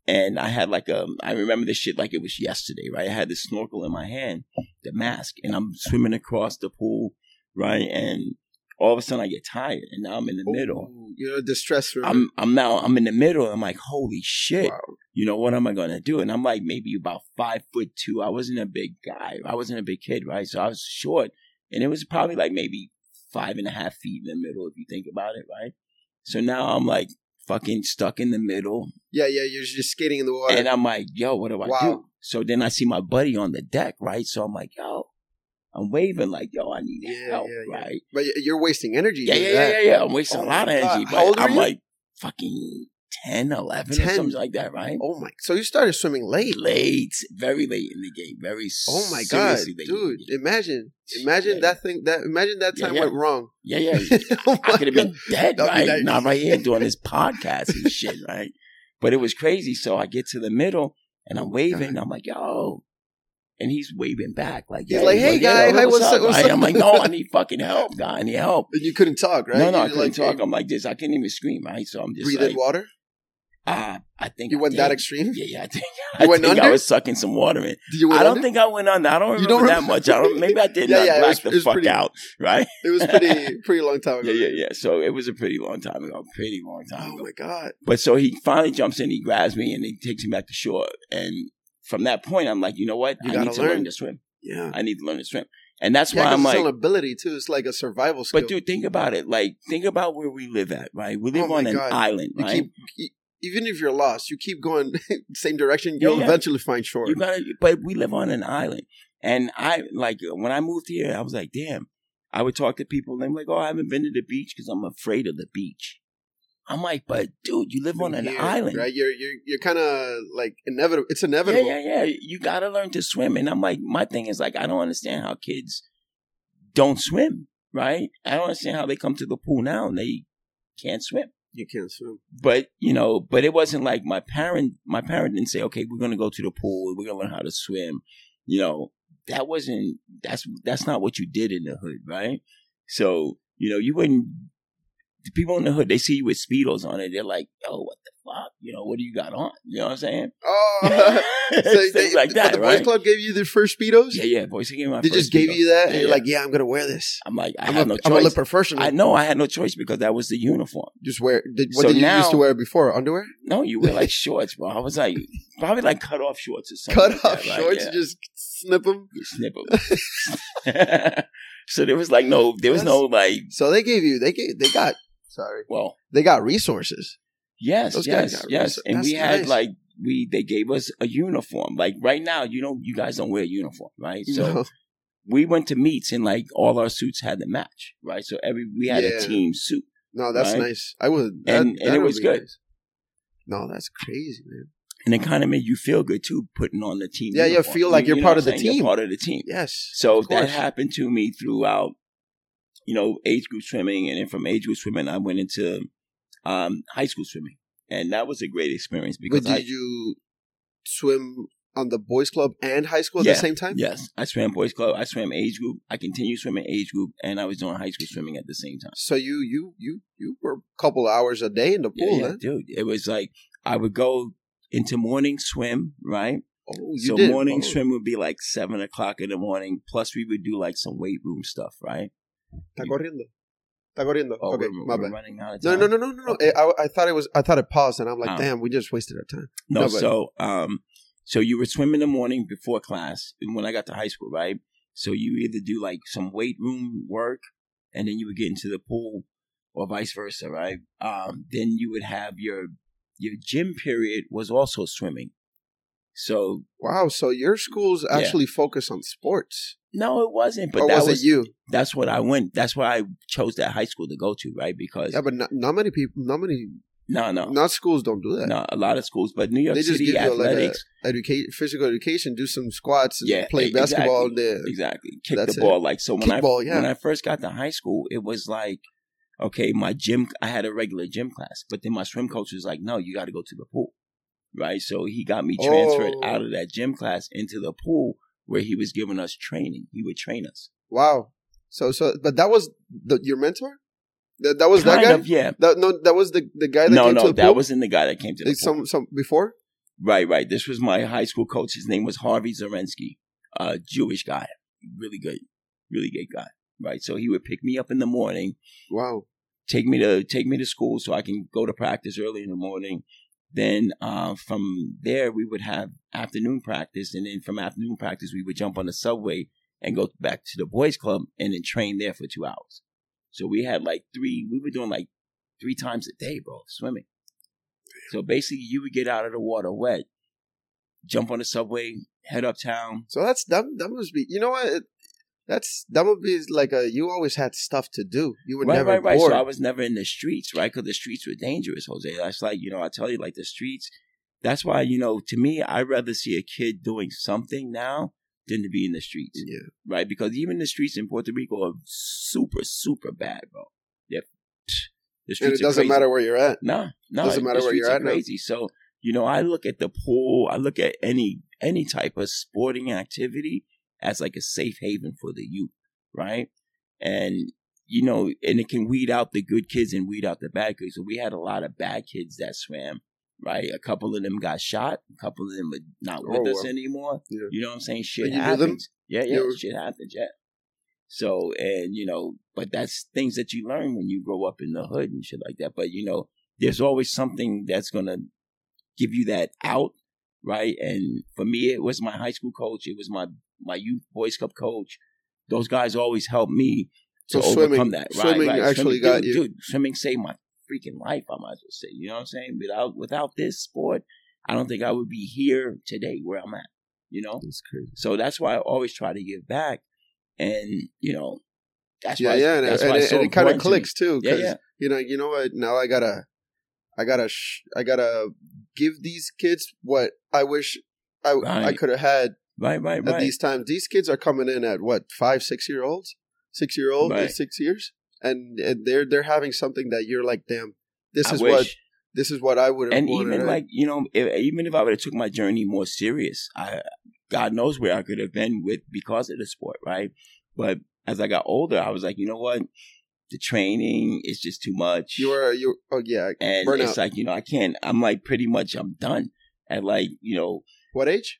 A: And I had like a, I remember this shit like it was yesterday, right? I had this snorkel in my hand, the mask, and I'm swimming across the pool, right? And all of a sudden I get tired, and now I'm in the middle.
B: Ooh, You're a distress room.
A: I'm I'm now I'm in the middle. I'm like, holy shit!
B: Wow.
A: you know, what am I gonna do? And I'm like maybe about five foot two. I wasn't a big guy. I wasn't a big kid, right? So I was short. And it was probably like maybe five and a half feet in the middle if you think about it, right? So now I'm like fucking stuck in the middle.
B: Yeah, yeah. You're just skating in the water.
A: And I'm like, yo, what do I
B: Wow.
A: do? So then I see my buddy on the deck, right? So I'm like, yo, I'm waving like, yo, I need
B: Yeah,
A: help,
B: yeah, yeah.
A: right?
B: but y- you're wasting energy.
A: Yeah,
B: doing
A: yeah, yeah,
B: that.
A: yeah, yeah. I'm wasting
B: Oh
A: a lot of
B: my God.
A: energy,
B: How old
A: but
B: were
A: I'm
B: you?
A: like fucking 10, 11 or
B: 10.
A: something like that, right?
B: Oh my! So you started swimming late.
A: late, very late in the game, very.
B: Oh my god,
A: seriously late in the
B: dude!
A: game.
B: Imagine, imagine
A: Yeah.
B: that thing. That imagine that
A: Yeah,
B: time
A: yeah.
B: went wrong.
A: Yeah, yeah.
B: Oh
A: I
B: my
A: could have been dead,
B: That'd be
A: right?
B: nice.
A: Now I'm right here doing this podcast and shit, right? But it was crazy. So I get to the middle and I'm waving. I'm like, yo. And he's waving back, like,
B: He's
A: yo,
B: like,
A: what-
B: hey,
A: yeah,
B: guy, hey, what's up, what's
A: right?
B: up?
A: I'm like, no, I need fucking help, guy. I need help.
B: And you couldn't talk, right?
A: No, no,
B: you
A: I
B: did,
A: couldn't talk. I'm like this. I couldn't even scream, right? So I'm just
B: Breathe
A: like,
B: in water.
A: ah, I think
B: You
A: I
B: went that
A: did.
B: extreme.
A: Yeah, yeah. I think, I,
B: You went
A: think I
B: under?
A: was sucking some water in.
B: Did you went
A: I don't
B: under?
A: think I went under. I don't
B: You
A: remember
B: don't
A: that
B: remember?
A: much. I don't. Maybe I did
B: Yeah,
A: not
B: yeah, it
A: black
B: was- it
A: the
B: was
A: fuck
B: pretty-
A: out, right?
B: It was pretty pretty long time ago.
A: Yeah, yeah, yeah. So it was a pretty long time ago, pretty long time
B: Oh
A: ago.
B: my god!
A: But so he finally jumps in, he grabs me, and he takes me back to shore. And from that point, I'm like, you know what?
B: You
A: I need
B: gotta
A: to learn
B: learn.
A: to swim.
B: Yeah.
A: I need to learn to swim. And that's
B: yeah,
A: why
B: 'cause
A: I'm
B: it's
A: like,
B: an ability too. It's like a survival skill. Oh
A: but dude, think about it. Like, think about where we live at, right? We live
B: my
A: on an
B: God.
A: island,
B: you
A: right?
B: keep e- even if you're lost, you keep going same direction.
A: Yeah,
B: You'll
A: yeah.
B: eventually find shore.
A: You gotta, but we live on an island. And I like when I moved here, I was like, damn. I would talk to people, and I'm like, oh, I haven't been to the beach because I'm afraid of the beach. I'm like, but dude, you live on an
B: Here,
A: island.
B: right? You're you're you're kind of like inevitable. It's
A: Yeah,
B: inevitable.
A: yeah, yeah. You gotta learn to swim. And I'm like, my thing is like, I don't understand how kids don't swim, right? I don't understand how they come to the pool now and they can't swim.
B: You can't swim.
A: but you know, but it wasn't like my parent. My parent didn't say, "Okay, we're gonna go to the pool. We're gonna learn how to swim." You know, that wasn't. That's that's not what you did in the hood, right? So you know, you wouldn't. The people in the hood, they see you with speedos on, and they're like, "Oh, what the fuck? You know, what do you got on?" You know what I'm saying?
B: Oh,
A: Things
B: they-
A: like
B: but
A: that,
B: The
A: right?
B: Boys Club gave you the first speedos.
A: Yeah, yeah. Boys, they gave me my
B: they
A: first
B: just gave
A: Speedo.
B: you that, and
A: Yeah,
B: you're
A: yeah.
B: like, "Yeah, I'm gonna wear this.
A: I'm like, I
B: I'm,
A: have
B: a,
A: no
B: I'm gonna look
A: choice.
B: professional."
A: I know I had no choice because that was the uniform.
B: just wear. Did, what
A: So
B: did you
A: now-
B: used to wear before? Underwear,
A: No, you wear like shorts, bro. I was like, probably like cut off shorts or something.
B: cut
A: like
B: off
A: that, right?
B: shorts,
A: Yeah.
B: just snip them.
A: Snipple. so there was like no, there was no like,
B: So they gave you. They gave. They got. Sorry,
A: well,
B: they got resources.
A: yes,
B: Those guys
A: yes,
B: got
A: yes,
B: racist.
A: and we
B: That's
A: had
B: nice.
A: like we they gave us a uniform. Like right now, you know, you guys don't wear a uniform, right? So
B: No.
A: we went to meets and like all our suits had to match, right? So every we had
B: Yeah.
A: a team suit.
B: No, that's
A: Right?
B: nice. I would, that,
A: And- and it
B: that'll
A: was
B: be
A: good.
B: nice. No, that's crazy, man.
A: And it kind of made you feel good too, putting on the team.
B: Yeah, you
A: uniform.
B: feel like you're
A: know
B: part
A: what
B: of the
A: I'm saying? You're
B: team.
A: part of the team.
B: Yes.
A: So
B: of
A: that
B: course.
A: happened to me throughout, you know, age group swimming, and then from age group swimming, I went into um, high school swimming, and that was a great experience because
B: But did
A: I
B: you swim on the boys' club and high school at
A: Yeah.
B: the same time?
A: yes, I swam boys club, I swam age group, I continued swimming age group, and I was doing high school swimming at the same time.
B: So you you you you were a couple hours a day in the
A: Yeah,
B: pool,
A: yeah,
B: huh?
A: dude, it was like I would go into morning swim, right?
B: Oh, you
A: so
B: did.
A: morning
B: Oh,
A: swim would be like seven o'clock in the morning. Plus, we would do like some weight room stuff, right?
B: Está corriendo. Está corriendo.
A: Oh,
B: okay,
A: we're-
B: my
A: we're
B: bad.
A: running out of
B: No,
A: time.
B: no, no, no, no, no.
A: Okay.
B: I, I thought it was. I thought it paused, and I'm like,
A: Ah.
B: damn, we just wasted our time.
A: No,
B: No, but-
A: so um, so you would swim in the morning before class, and when I got to high school, right? So you either do like some weight room work, and then you would get into the pool, or vice versa, right? Um, then you would have your your gym period was also swimming. So
B: Wow. So your schools
A: Yeah.
B: actually focus on sports,
A: no, it wasn't. But
B: or
A: that
B: Oh, was,
A: was,
B: it you?
A: that's what I went. That's why I chose that high school to go to, right? Because
B: Yeah, but not, not many people. Not many.
A: no, no, no,
B: Not schools don't do that.
A: a lot of schools, but New York
B: They just
A: City
B: give you, like, a-
A: athletics.
B: educate physical education, do some squats and
A: Yeah,
B: play
A: e-
B: basketball. and, uh,
A: Exactly. Kick
B: That's
A: the
B: it.
A: ball. Like so when I
B: Kickball, yeah.
A: when I first got to high school, it was like, okay, my gym I had a regular gym class, but then my swim coach was like, No, you gotta go to the pool. Right? So he got me transferred
B: Oh.
A: out of that gym class into the pool where he was giving us training. He would train us.
B: Wow. So so, but that was the, your mentor. That that was that
A: Kind
B: guy.
A: of, yeah.
B: That no, that was the the guy that
A: No,
B: came to
A: no,
B: the
A: that
B: pool?
A: wasn't the guy that came to the
B: Like,
A: pool.
B: some some before.
A: Right, right. This was my high school coach. His name was Harvey Zarensky, a Jewish guy. Really good, really good guy. Right. So he would pick me up in the morning
B: Wow.
A: take me to take me to school so I can go to practice early in the morning. Then uh, from there we would have afternoon practice, and then from afternoon practice we would jump on the subway and go back to the boys' club and then train there for two hours. So we had like three. We were doing like three times a day, bro, swimming. So basically, you would get out of the water wet, jump on the subway, head uptown.
B: So that's that that must be. You know what? It- That's that would be like a you always had stuff to do. You were
A: Right,
B: never
A: right, right.
B: bored.
A: So I was never in the streets, right? Because the streets were dangerous, Jose. That's like, you know, I tell you, like the streets. That's why, you know, to me, I'd rather see a kid doing something now than to be in the streets,
B: yeah.
A: right? Because even the streets in Puerto Rico are super, super bad, bro. Yep. The
B: And
A: streets
B: it
A: are
B: doesn't
A: crazy.
B: matter where you're at.
A: No, no,
B: Doesn't matter
A: the
B: where
A: streets
B: you're
A: are
B: at now.
A: Crazy. So you know, I look at the pool. I look at any any type of sporting activity as like a safe haven for the youth, right? And you know, and it can weed out the good kids and weed out the bad kids. So we had a lot of bad kids that swam, right? A couple of them got shot. A couple of them are not with
B: Oh,
A: us
B: wow.
A: anymore.
B: Yeah.
A: You know what I'm saying?
B: you
A: Shit
B: knew them?
A: happens. Yeah, yeah,
B: You-
A: shit happens. Yeah. So and you know, but that's things that you learn when you grow up in the hood and shit like that. But you know, there's always something that's gonna give you that out right? And for me, it was my high school coach. It was my my youth boys club coach. Those guys always helped me to
B: So
A: overcome
B: swimming-
A: that. Right?
B: swimming
A: Right.
B: actually
A: Swimming-
B: got
A: dude,
B: you.
A: Dude, swimming saved my freaking life. I might as well say. You know what I'm saying? Without without this sport, I don't think I would be here today where I'm at. You know.
B: That's crazy.
A: So that's why I always try to give back, and you know, that's
B: Yeah,
A: why.
B: yeah, and,
A: that's
B: and
A: why
B: it,
A: it's so
B: and it kind of
A: important to me.
B: clicks too.
A: Yeah,
B: 'cause,
A: yeah.
B: You know, you know what? Now I gotta, I gotta, sh- I gotta give these kids what I wish I I
A: Right.
B: could have had
A: Right, right,
B: at
A: right.
B: these times. These kids are coming in at what five, six year olds, six year old,
A: Right.
B: six years, and, and they're they're having something that you're like, damn, this
A: I
B: is
A: wish.
B: what this is what I would have.
A: and
B: wanted,
A: even
B: right?
A: like you know if, even if i would have took my journey more serious i god knows where i could have been with because of the sport right but as i got older i was like you know what the training is just too much
B: you are you. Oh yeah,
A: and
B: burnout.
A: it's like you know i can't i'm like pretty much i'm done at like you know
B: what age?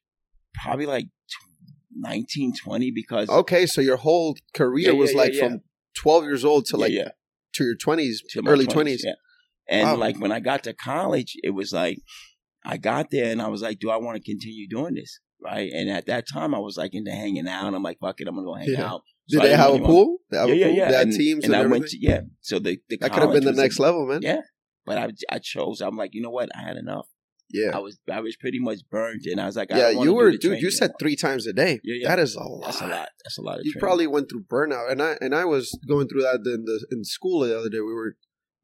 A: probably like tw- 19 20 because
B: Okay, so your whole career
A: Yeah,
B: was
A: yeah,
B: like
A: yeah, yeah.
B: from twelve years old to
A: Yeah,
B: like
A: yeah,
B: to your twenties,
A: to my
B: early twenties.
A: yeah. and
B: Wow.
A: like when i got to college it was like I got there and I was like, do I want to continue doing this? Right. And at that time, I was like into hanging out. I'm like, fuck it, I'm going to go hang
B: Yeah.
A: out.
B: Did
A: So I
B: they
A: didn't
B: have a
A: really want-
B: pool? They have
A: Yeah,
B: a
A: yeah,
B: pool?
A: yeah.
B: They had
A: and,
B: teams
A: and
B: and,
A: I
B: everything.
A: went to, yeah. So the, the
B: that could have been the next
A: level.
B: level, man.
A: Yeah. But I, I chose, I'm like, you know what? I had enough.
B: yeah,
A: I was I was pretty much burned and I was like, I
B: yeah.
A: don't wanna
B: you
A: do
B: were,
A: the
B: dude. You
A: training
B: said
A: anymore.
B: three times a day.
A: Yeah, yeah.
B: That is a lot.
A: That's a lot. That's a lot of
B: you
A: training.
B: probably went through burnout and i and i was going through that in the in school the other day we were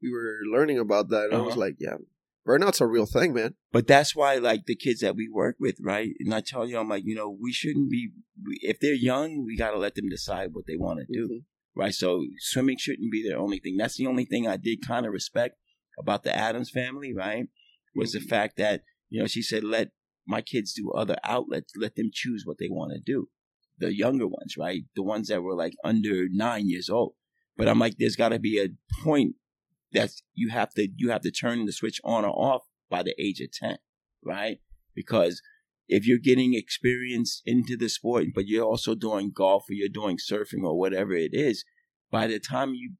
B: we were learning about that and i was
A: Uh-huh.
B: like yeah burnout's a real thing man
A: But that's why, like the kids that we work with, right? And I tell you, I'm like, you know, we shouldn't be. We, if they're young, we got to let them decide what they want to do. right? So swimming shouldn't be their only thing. That's the only thing I did kind of respect about the Adams family, right? Was the fact that you know she said let my kids do other outlets, let them choose what they want to do. The younger ones, right? The ones that were like under nine years old. But I'm like, there's got to be a point that's you have to you have to turn the switch on or off by the age of ten, right? Because if you're getting experience into the sport, but you're also doing golf or you're doing surfing or whatever it is, by the time you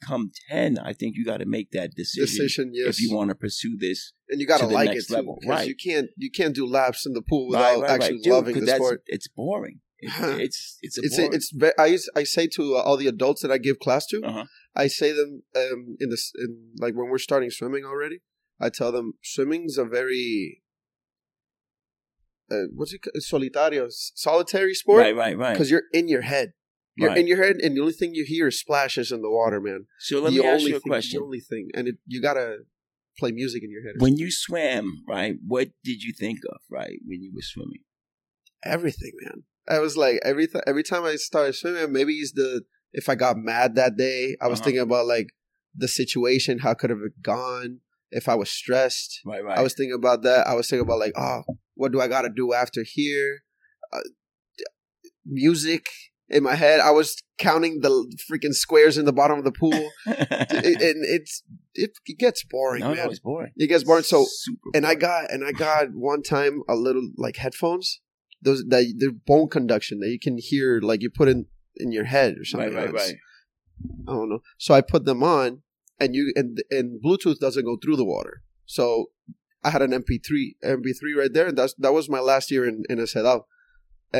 A: become 10, I think you got to make that decision,
B: decision yes
A: if you want to pursue this.
B: and you gotta
A: to the
B: like it
A: next
B: too
A: level,
B: 'cause
A: right.
B: you can't you can't do laps in the pool without actually
A: Dude,
B: loving
A: 'cause
B: the
A: that's-
B: sport
A: It's boring. It- it's it's a
B: it's
A: boring.
B: it's ve- I use- I say to all the adults that I give class to,
A: Uh-huh.
B: I say them um, in this in like when we're starting swimming already. I tell them swimming's a very uh, what's it ca- solitario s- solitary sport
A: right, right, right.
B: because you're in your head. You're
A: right.
B: in your head, and the only thing you hear is splashes in the water, man.
A: so let
B: the
A: me ask
B: only
A: you a
B: thing- The
A: question.
B: only thing, and it, you gotta play music in your head.
A: When you swam, right, what did you think of, right, when you were swimming?
B: everything, man. I was like every th- every time I started swimming, maybe it's the if I got mad that day, I was
A: Uh-huh.
B: thinking about like the situation, how could have it gone? If I was stressed,
A: Right, right.
B: I was thinking about that. I was thinking about like, oh, what do I got to do after here? Uh, d- music in my head. I was counting the freaking squares in the bottom of the pool, It- and it's it, it gets boring,
A: no,
B: man.
A: no, it's boring.
B: it gets boring. So
A: Super
B: and I
A: boring.
B: got and I got one time a little like headphones. Those that they're bone conduction that you can hear like you put in in your head or something.
A: right, right,
B: It's-
A: right.
B: I don't know. So I put them on, and you and and Bluetooth doesn't go through the water. So I had an MP3 MP3 right there, and that's that was my last year in in Sedal.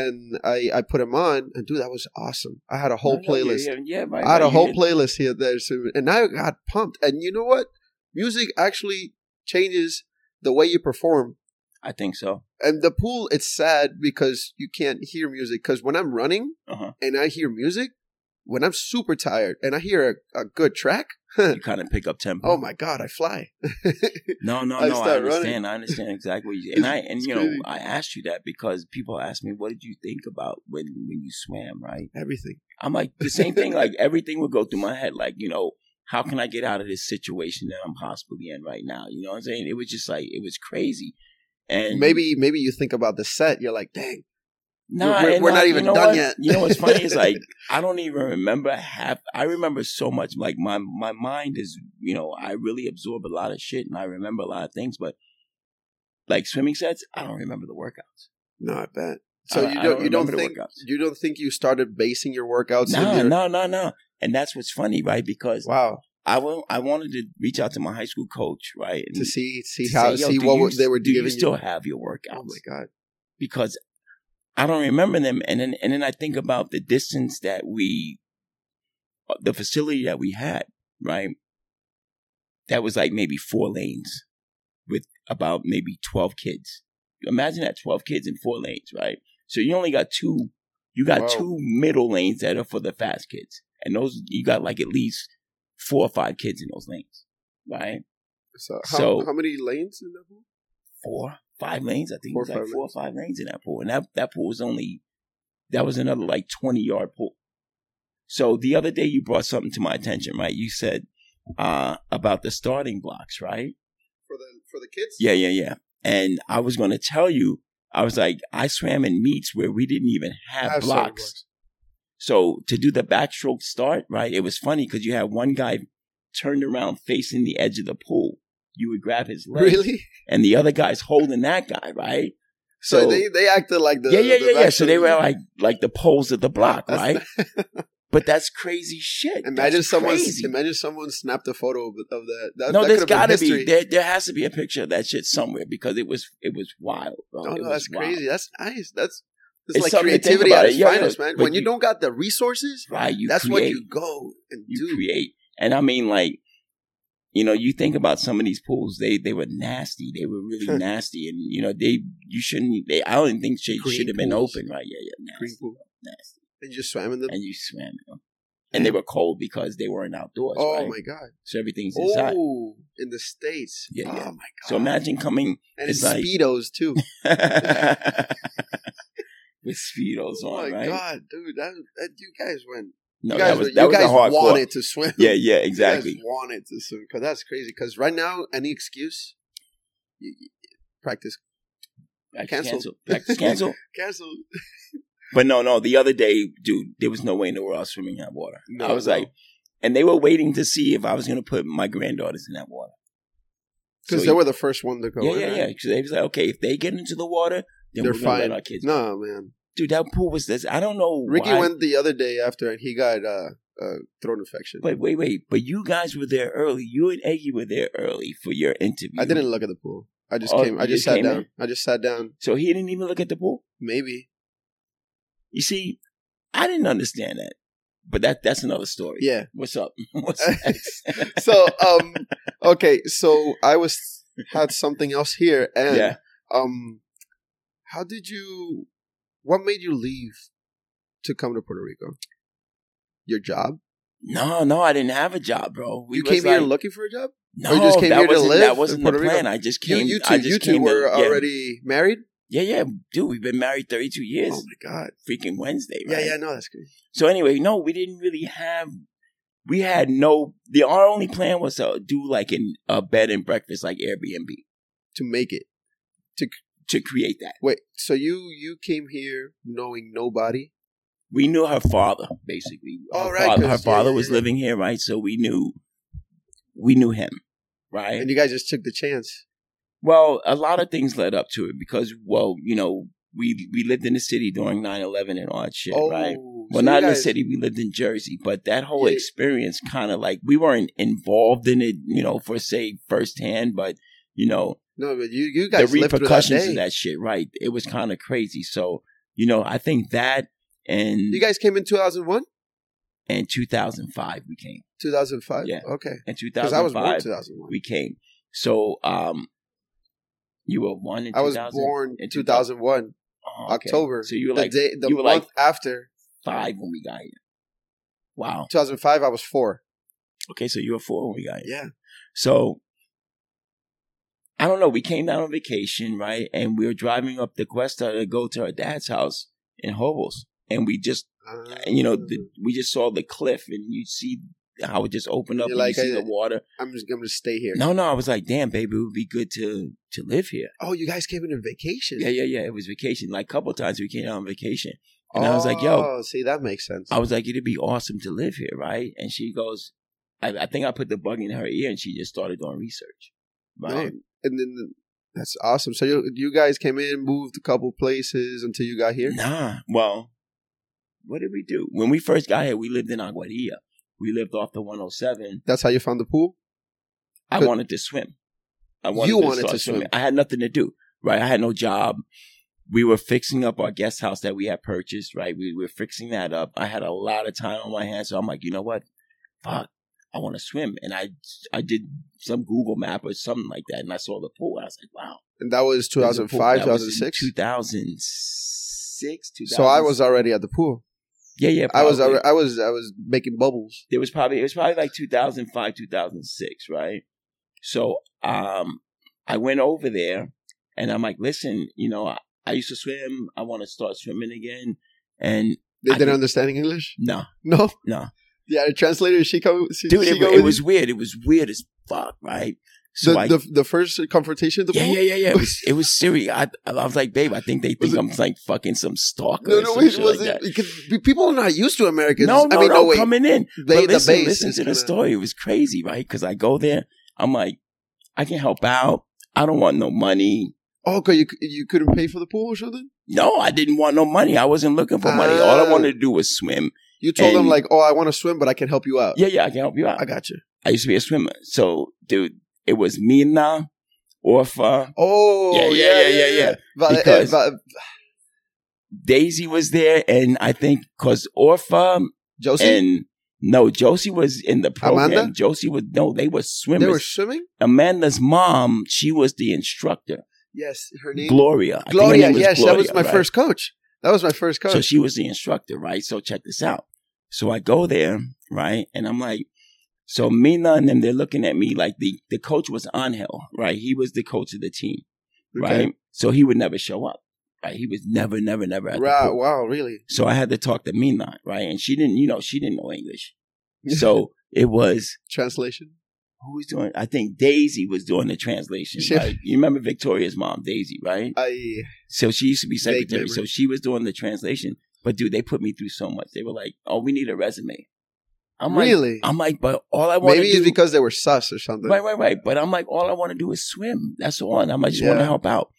B: And I I put them on, and dude, that was awesome. I had a whole
A: No, no, yeah,
B: playlist.
A: Yeah, yeah, right,
B: I had
A: right,
B: a
A: you
B: whole
A: did.
B: playlist here there, so, and I got pumped. And you know what? Music actually changes the way you perform.
A: I think so.
B: And the pool, it's sad because you can't hear music. Because when I'm running
A: Uh-huh.
B: and I hear music, when I'm super tired and I hear a, a good track,
A: You kind of pick up tempo.
B: oh my god, I fly.
A: No, no, no. I
B: I start running.
A: understand. I understand exactly what you. And I and
B: It's
A: you know
B: crazy.
A: I asked you that because people ask me, "What did you think about when when you swam?" Right?
B: Everything.
A: I'm like the same thing. Like everything would go through my head. Like you know, how can I get out of this situation that I'm possibly in right now? You know what I'm saying? It was just like it was crazy. And
B: Maybe maybe you think about the set, you're like, dang,
A: Nah,
B: We're- we're-
A: and
B: we're not
A: like,
B: even
A: you know
B: done
A: what?
B: yet.
A: You know what's funny is like I don't even remember half. I remember so much. Like my my mind is, you know, I really absorb a lot of shit and I remember a lot of things. But like swimming sets, I don't remember the workouts.
B: no, I bet. So
A: I-
B: you
A: I
B: don't,
A: don't
B: you don't
A: remember the
B: think
A: workouts.
B: you don't think you started basing your workouts in
A: No,
B: your
A: no, no, no. And that's what's funny, right? Because
B: wow.
A: I will, I wanted to reach out to my high school coach, right? and
B: to see see
A: to
B: how
A: say, "Yo,
B: see
A: do
B: what
A: you-
B: were- they were
A: Do you
B: giving
A: still have your workouts?
B: Oh my god!
A: because I don't remember them. And then and then I think about the distance that we, uh, the facility that we had, right? That was like maybe four lanes with about maybe twelve kids. Imagine that twelve kids in four lanes, right? So you only got two. You got
B: Wow.
A: two middle lanes that are for the fast kids, and those you got like at least four or five kids in those lanes, right?
B: So how,
A: So-
B: how many lanes in that pool?
A: four, five lanes. I think
B: Four
A: it was
B: or
A: like
B: five
A: four or five lanes in that pool. And that, that pool was only, that was another like 20 yard pool. So the other day you brought something to my attention, right? You said uh, about the starting blocks, right?
B: for the for the kids?
A: Yeah, yeah, yeah. And I was going to tell you, I was like, I swam in meets where we didn't even have,
B: Have starting
A: blocks. So to do the backstroke start, right, it was funny because you had one guy turned around facing the edge of the pool. You would grab his leg,
B: Really?
A: and the other guy's holding that guy, right?
B: So,
A: So-
B: they they acted like the
A: yeah, yeah,
B: the
A: yeah, yeah. So
B: backstroke.
A: they were like like the poles of the block,
B: That's
A: right?
B: not-
A: but that's crazy shit.
B: imagine
A: That's
B: someone
A: crazy.
B: imagine someone snapped a photo of, of that. that
A: no,
B: that
A: there's
B: could've been
A: got to
B: history.
A: be there. There has to be a picture of that shit somewhere because it was it was wild. Bro.
B: No,
A: It
B: Oh, no,
A: was
B: that's
A: wild.
B: crazy. That's nice. That's it's,
A: It's
B: like
A: something to think
B: creativity
A: about
B: at
A: it.
B: its
A: Yeah, yeah.
B: finest, man.
A: But
B: When you,
A: you-
B: don't got the resources,
A: right? You
B: that's
A: create,
B: what you go and
A: you
B: do.
A: create, and I mean like. You know, you think about some of these pools; they they were nasty. They were really nasty, and you know they you shouldn't. They I don't think shit
B: Green
A: should have been
B: pools.
A: open, right? Yeah, yeah, nasty,
B: Green pool.
A: nasty.
B: And you just swam in them.
A: And you swam in them, and they were cold because they weren't outdoors.
B: oh
A: right?
B: my god!
A: so everything's inside.
B: Oh, in the states.
A: Yeah,
B: oh
A: yeah.
B: my god!
A: So imagine coming
B: and
A: it's
B: in
A: like-
B: speedos too.
A: with speedos
B: oh
A: on,
B: my
A: right?
B: god, dude! That, that you guys went.
A: No,
B: you guys,
A: that was
B: were-
A: that
B: you
A: was
B: guys
A: a hardcore.
B: wanted to swim.
A: Yeah, yeah,
B: You guys
A: exactly.
B: wanted to swim because that's crazy. Because right now, any excuse, you, you- practice
A: Practice
B: Cancel.
A: cancel. Practice cancel.
B: cancel.
A: but no, no. The other day, dude, there was no way in the world I was swimming in that water.
B: No,
A: I was
B: no.
A: like, and they were waiting to see if I was going to put my granddaughters in that water.
B: Because
A: So
B: they were the first one to go.
A: yeah,
B: in,
A: yeah,
B: right?
A: yeah. 'Cause they was like, okay, if they get into the water, then
B: They're
A: we're going to
B: fine.
A: let our kids.
B: No, man.
A: Dude, that pool was this. I don't know.
B: Ricky
A: why-
B: went the other day after, and he got uh, uh throat infection.
A: Wait, wait, wait. But you guys were there early. You and Eggy were there early for your interview.
B: I didn't look at the pool. I just
A: Oh,
B: came. I
A: you
B: just
A: just
B: sat
A: came
B: down.
A: in?
B: I just sat down.
A: So he didn't even look at the pool?
B: Maybe.
A: You see, I didn't understand that, but that that's another story.
B: Yeah.
A: What's up? What's next?
B: So um, okay. So I was had something else here, and
A: yeah.
B: um, how did you? What made you leave to come to Puerto Rico? Your job?
A: No, no, I didn't have a job, bro. We
B: you
A: was
B: came here
A: like-
B: looking for a job?
A: no,
B: or you just came
A: that
B: here to
A: wasn't,
B: live
A: That wasn't
B: in
A: the
B: Puerto Rico?
A: plan. I just
B: You,
A: came.
B: you
A: I
B: two,
A: just
B: you two
A: came to-
B: were
A: yeah.
B: already married.
A: Yeah, yeah, dude. We've been married thirty-two years.
B: Oh my god!
A: Freaking Wednesday,
B: Yeah,
A: right?
B: yeah, no, that's good.
A: So anyway, no, we didn't really have. We had no. The our only plan was to do like an, a bed and breakfast, like Airbnb,
B: To make it.
A: to create that.
B: Wait, so you you came here knowing nobody?
A: we knew her father basically.
B: Oh,
A: her
B: right,
A: father, her
B: 'cause- yeah,
A: father
B: yeah,
A: was
B: yeah.
A: living here, right? So we knew, we knew him, right?
B: And you guys just took the chance.
A: Well, a lot of things led up to it because, well, you know, we we lived in the city during 9-11 and all that shit,
B: oh,
A: right?
B: so
A: Well,
B: you
A: not in the
B: guys-
A: city. We lived in Jersey, but that whole
B: Yeah.
A: experience kind of like we weren't involved in it, you know, for say firsthand, but you know,
B: No, but you you
A: the
B: guys lived through that
A: repercussions
B: day.
A: of that shit, right? It was kind of crazy. So, you know, I think that and
B: You guys came in two thousand one,
A: and 2005 we came.
B: two thousand five.
A: Yeah.
B: okay.
A: in
B: Because I was born
A: 2005
B: two thousand one.
A: we came so um you were one in
B: I was
A: 2000?
B: born
A: in
B: two thousand one
A: Oh, okay.
B: October.
A: so you were
B: the
A: like
B: day, the
A: you were
B: month
A: like
B: after
A: five when we got here wow
B: two thousand five. I was four.
A: okay so you were four when we got here
B: Yeah,
A: so i don't know we came down on vacation right and we were driving up the cuesta to go to our dad's house in hobos and we just
B: uh,
A: and, you know the, we just saw the cliff and you see how it just opened up
B: You're
A: and
B: like,
A: you see
B: I-
A: the water
B: I'm just gonna stay here.
A: no no i was like damn baby it would be good to to live here
B: Oh, you guys came in on vacation.
A: Yeah, yeah, yeah. It was vacation. Like a couple times we came out on vacation. And I was like, yo,
B: Oh, see, that makes sense.
A: I was like, it'd be awesome to live here, right? And she goes, I, I think I put the bug in her ear and she just started doing research. Right.
B: Man. And then the- that's awesome. So you you guys came in, moved a couple places until you got here.
A: Nah. Well, what did we do? When we first got here, we lived in Aguadilla. We lived off the 107.
B: That's how you found the pool?
A: I
B: Could-
A: wanted to swim. I wanted
B: You
A: to
B: wanted
A: start
B: to swim.
A: swimming. I had nothing to do, right? I had no job. We were fixing up our guest house that we had purchased, right? We were fixing that up. I had a lot of time on my hands, so I'm like, you know what? Fuck, I want to swim. And I, I did some Google map or something like that, and I saw the pool. I was like, wow.
B: And that was
A: there's a pool.
B: 2005,
A: That was in
B: 2006.
A: 2006, 2000.
B: So I was already at the pool.
A: yeah, yeah.
B: I was
A: probably.
B: alre I was I was making bubbles.
A: it was probably it was probably like 2005 2006 right so um i went over there and i'm like listen you know i, I used to swim i want to start swimming again and
B: They
A: I
B: didn't
A: did-
B: understand English.
A: no
B: No,
A: No.
B: Yeah, the translator. She come. She,
A: dude
B: she
A: it,
B: go
A: it
B: with
A: was
B: you?
A: weird it was weird as fuck right so
B: the,
A: I,
B: the the first confrontation. At the
A: yeah,
B: pool?
A: yeah, yeah, yeah. It was, it was serious. I, I was like, babe, I think they think
B: it-
A: I'm like fucking some stalker.
B: No,
A: or
B: no,
A: some
B: it
A: shit
B: was
A: like that.
B: it, because pe- people are not used to Americans.
A: No, no,
B: I mean,
A: no,
B: no, wait.
A: coming in.
B: They,
A: but listen,
B: the base
A: listen
B: is
A: to the
B: kinda-
A: story. It was crazy, right? Because I go there, I'm like, I can help out. I don't want no money.
B: Oh, okay, you c- you couldn't pay for the pool or something.
A: No, I didn't want no money. I wasn't looking for money.
B: Ah.
A: All I wanted to do was swim.
B: You told them
A: And-
B: like, oh, I want to swim, but I can help you out.
A: Yeah, yeah, I can help you out.
B: Oh. I got you.
A: I used to be a swimmer. So, dude, it was Mina, Orpha,
B: Oh,
A: Yeah, yeah, yeah, yeah, yeah.
B: But,
A: Because-
B: uh, but
A: Daisy was there, and I think because Orpha
B: Josie,
A: and no, Josie was in the program.
B: Amanda?
A: Josie was no, they were
B: they
A: swimmers.
B: were swimming.
A: Amanda's mom, she was the instructor,
B: Yes, her name
A: Gloria. I think her
B: Gloria.
A: name was
B: Yes, that was
A: Gloria,
B: my
A: right?
B: first coach. That was my first coach.
A: So she was the instructor, right? So check this out. So I go there, right? And I'm like, so Mina and them, they're looking at me like the, the coach was Angel, right? He was the coach of the team,
B: Okay.
A: right? So he would never show up, right? He was never, never, never at the
B: Right.
A: pool.
B: Wow. Really.
A: So I had to talk to Mina, right? And she didn't, you know, she didn't know English. So it was,
B: translation.
A: who was doing, I think Daisy was doing the translation,
B: She-
A: right? You remember Victoria's mom, Daisy, right?
B: I
A: So she used to be
B: Vague
A: secretary. So
B: memory.
A: she was doing the translation. But dude, they put me through so much. They were like, "Oh, we need a resume." I'm like,
B: really.
A: I'm like, but all I want to
B: Maybe
A: do,
B: it's because they were sus or something.
A: right, right, right. But I'm like, all I want to do is swim. That's all. And I'm, I just want
B: Yeah.
A: to help out.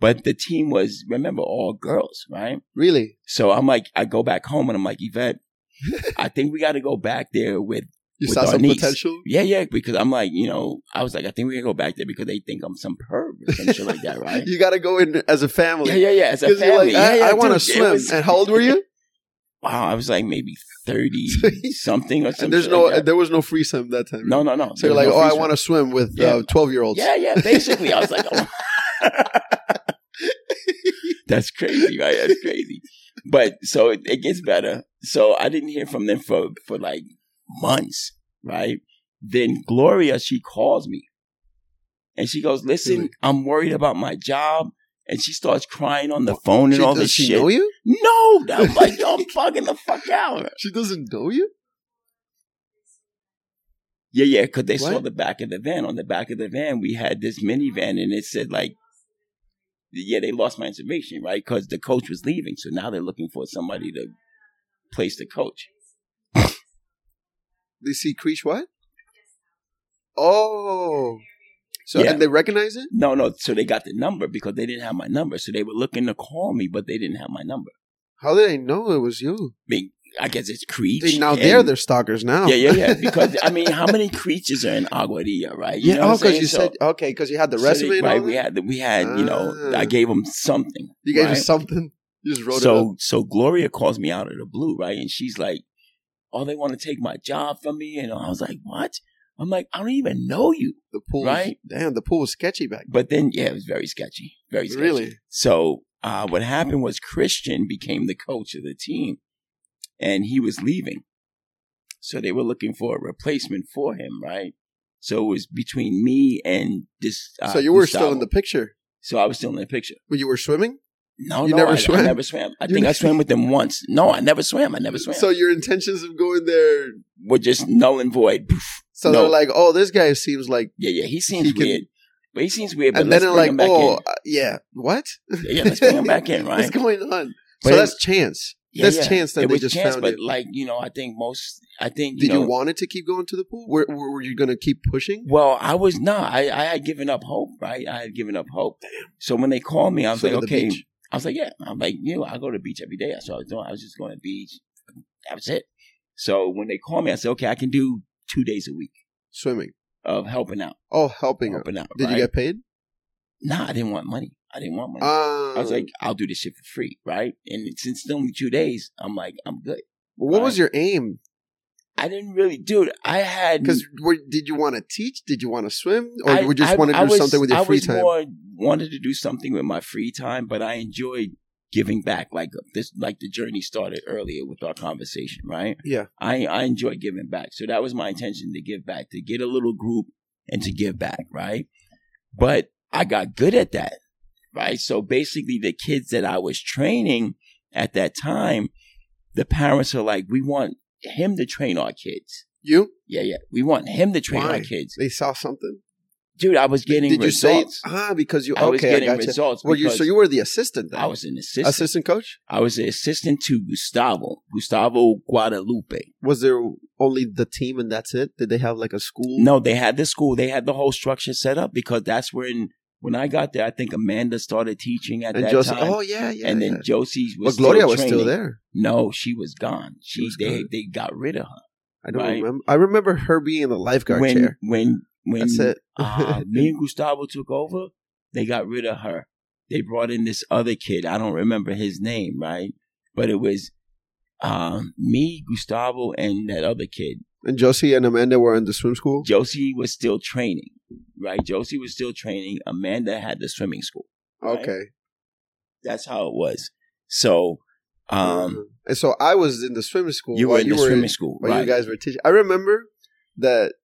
A: But the team was, remember, all girls, right?
B: Really.
A: So I'm like, I go back home and I'm like, Yvette, I think we got to go back there with,
B: You
A: With
B: saw
A: our
B: some
A: niece.
B: potential.
A: yeah, yeah, because I'm like, you know, I was like, I think we got to go back there because they think I'm some perv or some shit like that, right?
B: You got to go in as a
A: Yeah,
B: family.
A: yeah, yeah. As a
B: Because you're
A: family,
B: like, I,
A: Yeah, yeah,
B: want to
A: dude, it
B: swim.
A: was-
B: and how old were you?
A: wow, I was like maybe 30 something or something.
B: and there's no,
A: like that.
B: there was no free swim that time.
A: no, no, no.
B: So you're like, oh, I want to swim with
A: Yeah.
B: uh, twelve year olds.
A: Yeah, yeah. Basically, I was like, oh. that's crazy, right? That's crazy. But so it, it gets better. So I didn't hear from them for, for like months, right? Then Gloria, she calls me and she goes, listen,
B: Really?
A: I'm worried about my job. And she starts crying on the phone and
B: She,
A: all
B: does
A: this
B: she
A: shit.
B: know you?
A: No, I'm like, yo, I'm fucking the fuck out.
B: She doesn't know you.
A: Yeah, yeah, because they saw
B: What?
A: the back of the van. On the back of the van, we had this minivan, and it said like, yeah, they lost my information, right? Because the coach was leaving, so now they're looking for somebody to place the coach.
B: They see Creech what? Oh, so
A: Yeah.
B: and they recognize it.
A: No, no, so they got the number because they didn't have my number, so they were looking to call me, but they didn't have my number.
B: How did they know it was you?
A: I mean, I guess it's Creech.
B: They, now
A: and-
B: they're their stalkers now.
A: Yeah, yeah, yeah. Because I mean, how many creatures are in Aguadilla, right?
B: yeah.
A: what
B: oh,
A: I'm
B: because
A: saying?
B: you
A: So-
B: said okay, because you had the
A: so they-
B: resume. and all
A: right?
B: that?
A: We had, we had, you know,
B: Ah.
A: I gave them something.
B: you guys
A: right?
B: just something. You just wrote it up.
A: so so Gloria calls me out of the blue, right? And she's like, "Oh, they want to take my job from me," and I was like, "What?" I'm like, "I don't even know you."
B: The pool,
A: Right?
B: Damn, the pool was sketchy back.
A: But then, yeah, it was very sketchy, very
B: then.
A: sketchy.
B: Really?
A: So uh, what happened was Christian became the coach of the team, and he was leaving, so they were looking for a replacement for him, right? So it was between me and this. Uh,
B: so you were still
A: Gustavo.
B: in the picture
A: So I was still in the picture.
B: when you were swimming.
A: No,
B: You
A: no,
B: never
A: I, I
B: swam?
A: never swam. I
B: You
A: think I
B: never-
A: swam with them once. No, I never swam. I never swam.
B: So your intentions of going there.
A: were just null and void. Poof.
B: So
A: No.
B: they're like, oh, this guy seems like,
A: Yeah, yeah, he seems
B: He can-
A: weird. But he seems weird. But
B: and then
A: let's
B: they're
A: bring
B: like,
A: him back
B: oh, uh, yeah, what?
A: in. Yeah, yeah, let's bring him back in,
B: What's
A: right?
B: going on?
A: But
B: so
A: it-
B: that's chance.
A: Yeah,
B: that's
A: yeah.
B: chance that
A: It
B: they
A: was
B: just
A: chance,
B: found
A: but
B: it.
A: like you know, I think most, I think you
B: Did you,
A: know.
B: want it to keep going to the pool? Were, were, were you going to keep pushing?
A: well, I was not. I, I had given up hope, right? I had given up hope. So when they called me, I was
B: So to
A: like,
B: the
A: okay.
B: beach.
A: I was like, yeah. I'm like, you know, I go to the beach every day. That's what I was doing. I was just going to the beach. That was it. So when they call me, I say, okay, I can do two days a week
B: Swimming.
A: of helping out.
B: Oh, helping. out.
A: helping out.
B: Did
A: right?
B: you get paid?
A: Nah, I didn't want money. I didn't want money.
B: Um,
A: I was like, I'll do this shit for free, right? And since it's only two days, I'm like, I'm good.
B: what was your aim?
A: I didn't really, dude. I had
B: Because did you want to teach? Did you want to swim, or
A: I-
B: you just
A: I-
B: want to
A: I
B: do
A: was-
B: something with
A: I
B: your free
A: was
B: time?
A: More, wanted to do something with my free time, but I enjoyed giving back. Like uh, this, like the journey started earlier with our conversation, right?
B: Yeah.
A: I I enjoy giving back, so that was my intention to give back, to get a little group and to give back, right? But I got good at that, right? So basically, the kids that I was training at that time, the parents are like, we want him to train our kids.
B: You?
A: Yeah, yeah. We want him to train
B: Why?
A: our kids.
B: They saw something.
A: Dude, I was getting
B: Did you
A: results.
B: say ah because you?
A: I was
B: Okay, I
A: getting
B: got you.
A: results.
B: Well, you
A: because
B: so you were the assistant then.
A: I was an assistant.
B: assistant coach.
A: I was an assistant to Gustavo, Gustavo Guadalupe.
B: Was there only the team and that's it? Did they have like a school?
A: No, they had the school. They had the whole structure set up because that's when when I got there, I think Amanda started teaching at
B: and
A: that
B: Josie.
A: time.
B: Oh yeah, yeah.
A: and then
B: yeah.
A: Josie
B: but
A: was
B: Gloria
A: still
B: was still
A: training.
B: there.
A: No, she was gone. She,
B: She was
A: they
B: gone.
A: they got rid of her.
B: I don't
A: Right.
B: remember. I remember her being in the lifeguard
A: when,
B: chair.
A: when when
B: That's it.
A: uh, me and Gustavo took over, they got rid of her. They brought in this other kid. I don't remember his name, right? But it was um, me, Gustavo, and that other kid.
B: and Josie and Amanda were in the swim school.
A: Josie was still training, right? Josie was still training. Amanda had the swimming school. right?
B: Okay.
A: That's how it was. So um,
B: and so I was in the swimming school.
A: you were
B: while
A: in the swimming school,
B: while
A: right?
B: you guys were teaching. I remember that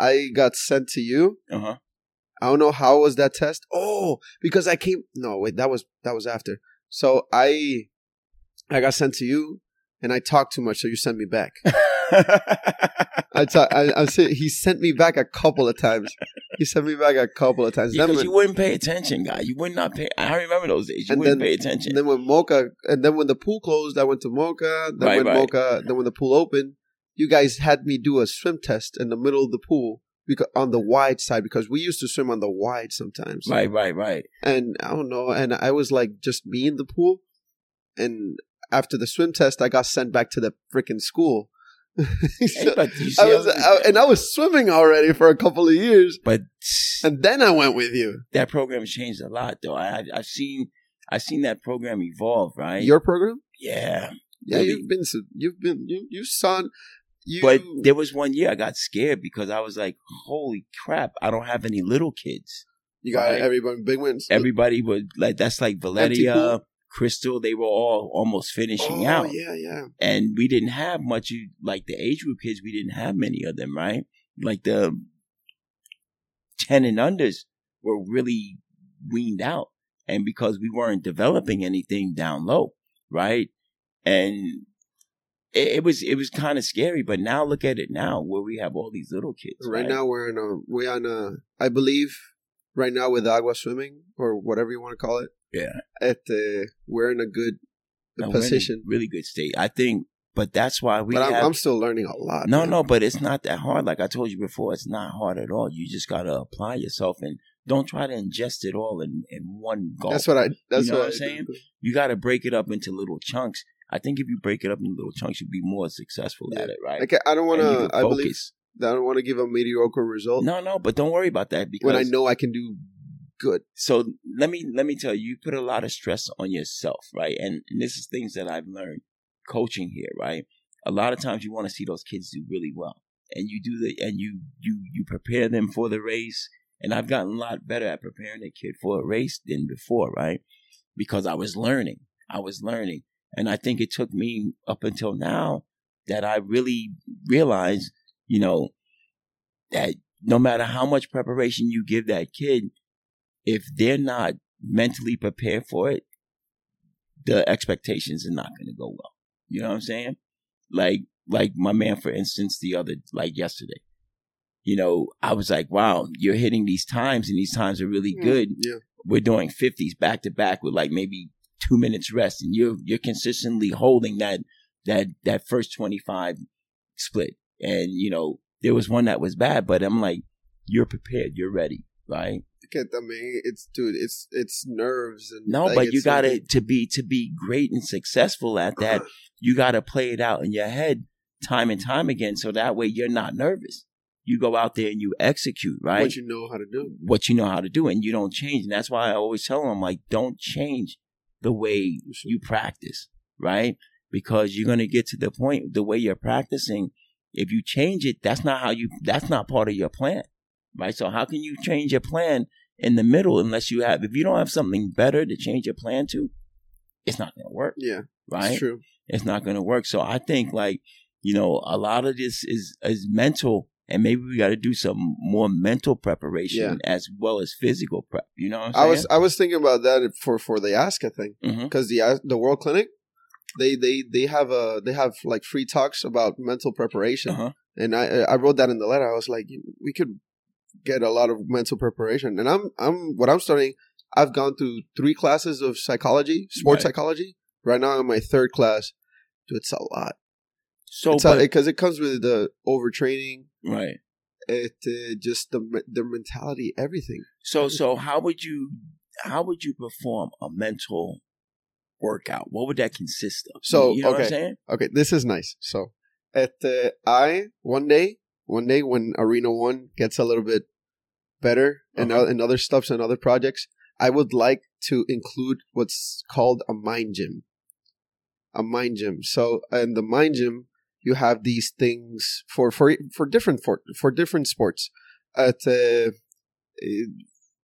B: I got sent to you.
A: uh-huh.
B: I don't know how was that test. Oh, because I came. No, wait, that was that was after. So I, I got sent to you, and I talked too much, so you sent me back. I ta- I, I said he sent me back a couple of times. He sent me back a couple of times.
A: Because
B: then
A: you
B: when,
A: wouldn't pay attention, guy. You would not pay. I remember those days. You
B: And
A: wouldn't
B: then-
A: pay attention.
B: and then when Mocha, and then when the pool closed, I went to Mocha. Then
A: Right,
B: when
A: right.
B: Mocha, then when the pool opened, you guys had me do a swim test in the middle of the pool because on the wide side because we used to swim on the wide sometimes.
A: right, right, right.
B: And I don't know. And I was like just me in the pool, and after the swim test, I got sent back to the freaking school. So
A: Hey, but you see
B: I
A: how
B: was
A: this-
B: I, and I was swimming already for a couple of years.
A: but
B: And then I went with you.
A: that program changed a lot, though. I, I I've seen I've seen that program evolve, right?
B: Your program?
A: yeah,
B: Yeah,
A: Really?
B: you've been s- you've been you you saw you
A: but there was one year I got scared because I was like, "Holy crap! I don't have any little kids."
B: you got
A: right.
B: everybody big wins.
A: Everybody was like, "That's like
B: pool?
A: Valeria, Crystal. They were all almost finishing
B: oh,
A: out."
B: Yeah, yeah.
A: and we didn't have much you- like the age group kids we didn't have many of them right like the 10 and unders were really weaned out and because we weren't developing anything down low right and it, it was it was kind of scary but now look at it now where we have all these little kids
B: Right, now we're in a we're on a I believe right now with agua swimming or whatever you want to call it.
A: Yeah.
B: At the we're in a good
A: Now, we're in a
B: position.
A: really good state i think but that's why we
B: But I'm,
A: have
B: I'm still learning a lot.
A: No,
B: man.
A: no, but it's not that hard. Like I told you before, it's not hard at all. You just gotta apply yourself and don't try to ingest it all in, in one gulp.
B: That's what I that's
A: know what
B: what,
A: I'm
B: I
A: saying?
B: do.
A: you gotta break it up into little chunks. I think if you break it up into little chunks, you'd be more successful at it, right?
B: Like I don't want
A: And you
B: to
A: can
B: I believe
A: focus.
B: I don't want to give a mediocre result
A: No, no, but don't worry about that because
B: when I know I can do good.
A: so let me let me tell you, you put a lot of stress on yourself, right? And, and this is things that I've learned coaching here, right? A lot of times you want to see those kids do really well, and you do the and you you you prepare them for the race. And I've gotten a lot better at preparing a kid for a race than before, right? Because I was learning, I was learning, and I think it took me up until now that I really realized, you know, that no matter how much preparation you give that kid, if they're not mentally prepared for it, the expectations are not going to go well. You know what I'm saying? Like, like my man, for instance, the other, like yesterday, you know, I was like, wow, you're hitting these times and these times are really good.
B: Yeah.
A: We're doing 50s back to back with like maybe two minutes rest and you're, you're consistently holding that, that, that first 25 split. And, you know, there was one that was bad, but I'm like, you're prepared. You're ready. Right.
B: Okay, I mean, it's dude, it's it's nerves and
A: No,
B: like,
A: but you
B: it's like-
A: got to to be to be great and successful at that. You got to play it out in your head time and time again. So that way you're not nervous. You go out there and you execute, right?
B: What you know how to do.
A: what you know how to do and you don't change. And that's why I always tell them, like, don't change the way
B: should.
A: you practice, right? Because you're going to get to the point, the way you're practicing, if you change it, that's not how you, that's not part of your plan, right? So how can you change your plan in the middle unless you have, if you don't have something better to change your plan to, it's not going to work,
B: Yeah,
A: right?
B: it's true.
A: it's not going to work. So I think like, you know, a lot of this is is mental and maybe we got to do some more mental preparation as well as physical prep. You know what I'm
B: I
A: saying?
B: was I was thinking about that for for the Aska thing
A: Mhm.
B: because the As- the World Clinic, they they they have a they have like free talks about mental preparation,
A: Uh-huh.
B: and I I wrote that in the letter. I was like, we could get a lot of mental preparation, and I'm I'm what I'm studying. I've gone through three classes of psychology, sports
A: Right.
B: psychology. Right now, I'm in my third class. Dude, It's a lot.
A: So
B: it's
A: Oh, but-
B: because it comes with the overtraining,
A: right.
B: it uh, just the me- the mentality, everything.
A: So so how would you how would you perform a mental workout? What would that consist of?
B: So,
A: you know what I'm
B: okay.
A: saying?
B: Okay, this is nice. So, at uh, I one day, one day when Arena One gets a little bit better and
A: Uh-huh.
B: o- and other stuffs and other projects, I would like to include what's called a mind gym. A mind gym. So, in the mind gym, you have these things for for for different for for different sports. At uh, eh,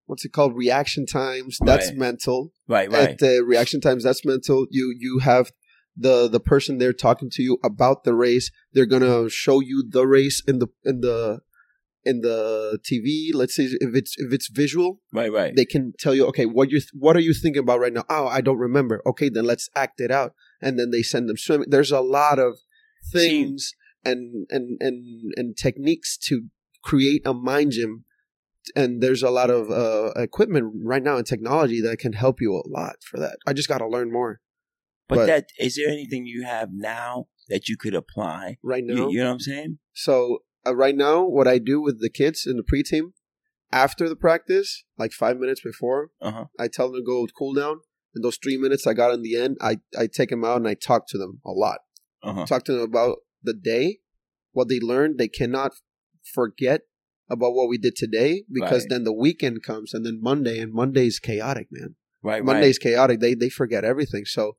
B: what's it called? Reaction times. That's
A: Right.
B: mental
A: Right, right.
B: at the reaction times. That's mental. You you have the the person there talking to you about the race. They're gonna show you the race in the in the in the TV. Let's say if it's if it's visual,
A: right, right.
B: they can tell you okay what you th- what are you thinking about right now. Oh, I don't remember. Okay, then let's act it out. And then they send them swimming. There's a lot of things and and and and techniques to create a mind gym. And there's a lot of uh, equipment right now and technology that can help you a lot for that. I just got to learn more
A: but,
B: but-
A: that is there anything you have now that you could apply?
B: right
A: You-
B: now.
A: You, know what I'm saying?
B: So uh, right now, what I do with the kids in the pre-team after the practice, like five minutes before,
A: Uh-huh.
B: I tell them to go cool down. And those three minutes I got in the end, I I take them out and I talk to them a lot.
A: Uh-huh.
B: talk to them about the day, what they learned. They cannot forget about what we did today because
A: Right.
B: then the weekend comes and then Monday and Monday's chaotic, man.
A: Right,
B: Monday's chaotic. They they forget everything. So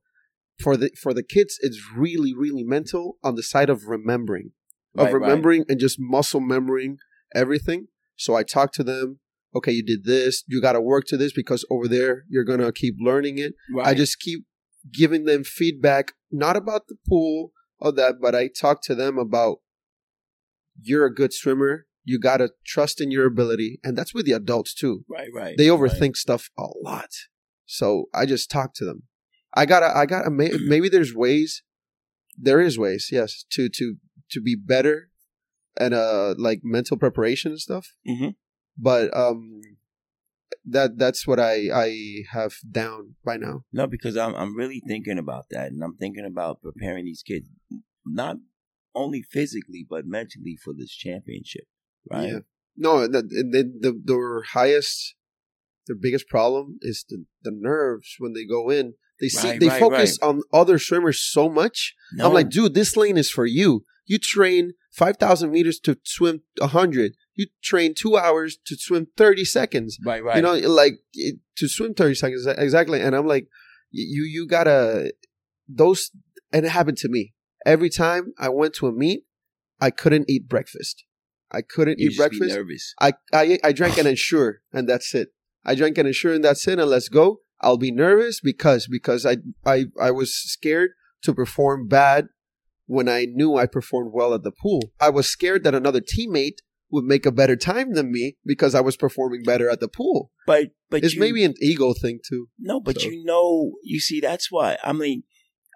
B: for the for the kids, it's really really mental on the side of remembering,
A: right.
B: of
A: right, right.
B: remembering and just muscle memorying everything. So I talk to them. Okay, you did this. You got to work to this because over there you're gonna keep learning it. I
A: Right.
B: just keep giving them feedback, not about the pool or that, but I talk to them about you're a good swimmer. You got to trust in your ability. And that's with the adults too.
A: right, right.
B: They
A: right.
B: overthink stuff a lot. So I just talk to them. I got to, I got to, maybe there's ways, there is ways, yes, to, to, to be better and uh, like mental preparation and stuff
A: Mhm.
B: but um that that's what i i have down by now
A: No, because I'm I'm really thinking about that, and I'm thinking about preparing these kids not only physically but mentally for this championship, right?
B: Yeah. No, the the the, the highest, their biggest problem is the, the nerves when they go in. They see
A: Right,
B: they
A: right,
B: focus on other swimmers so much.
A: No,
B: I'm like, dude, this lane is for you. You train five thousand meters to swim hundred. You train two hours to swim thirty seconds.
A: right, right,
B: You know, like it, to swim thirty seconds exactly. And I'm like, y- you you gotta those. And it happened to me every time I went to a meet. I couldn't eat breakfast. I couldn't
A: you
B: eat
A: just be
B: breakfast.
A: nervous,
B: I, I I drank an insure and that's it. I drank an insure and that's it. And let's go. I'll be nervous because because I I I was scared to perform bad when I knew I performed well at the pool. I was scared that another teammate would make a better time than me because I was performing better at the pool.
A: but but
B: it's
A: you,
B: maybe an ego thing too.
A: no, but
B: so-
A: you know, you see, that's why I mean,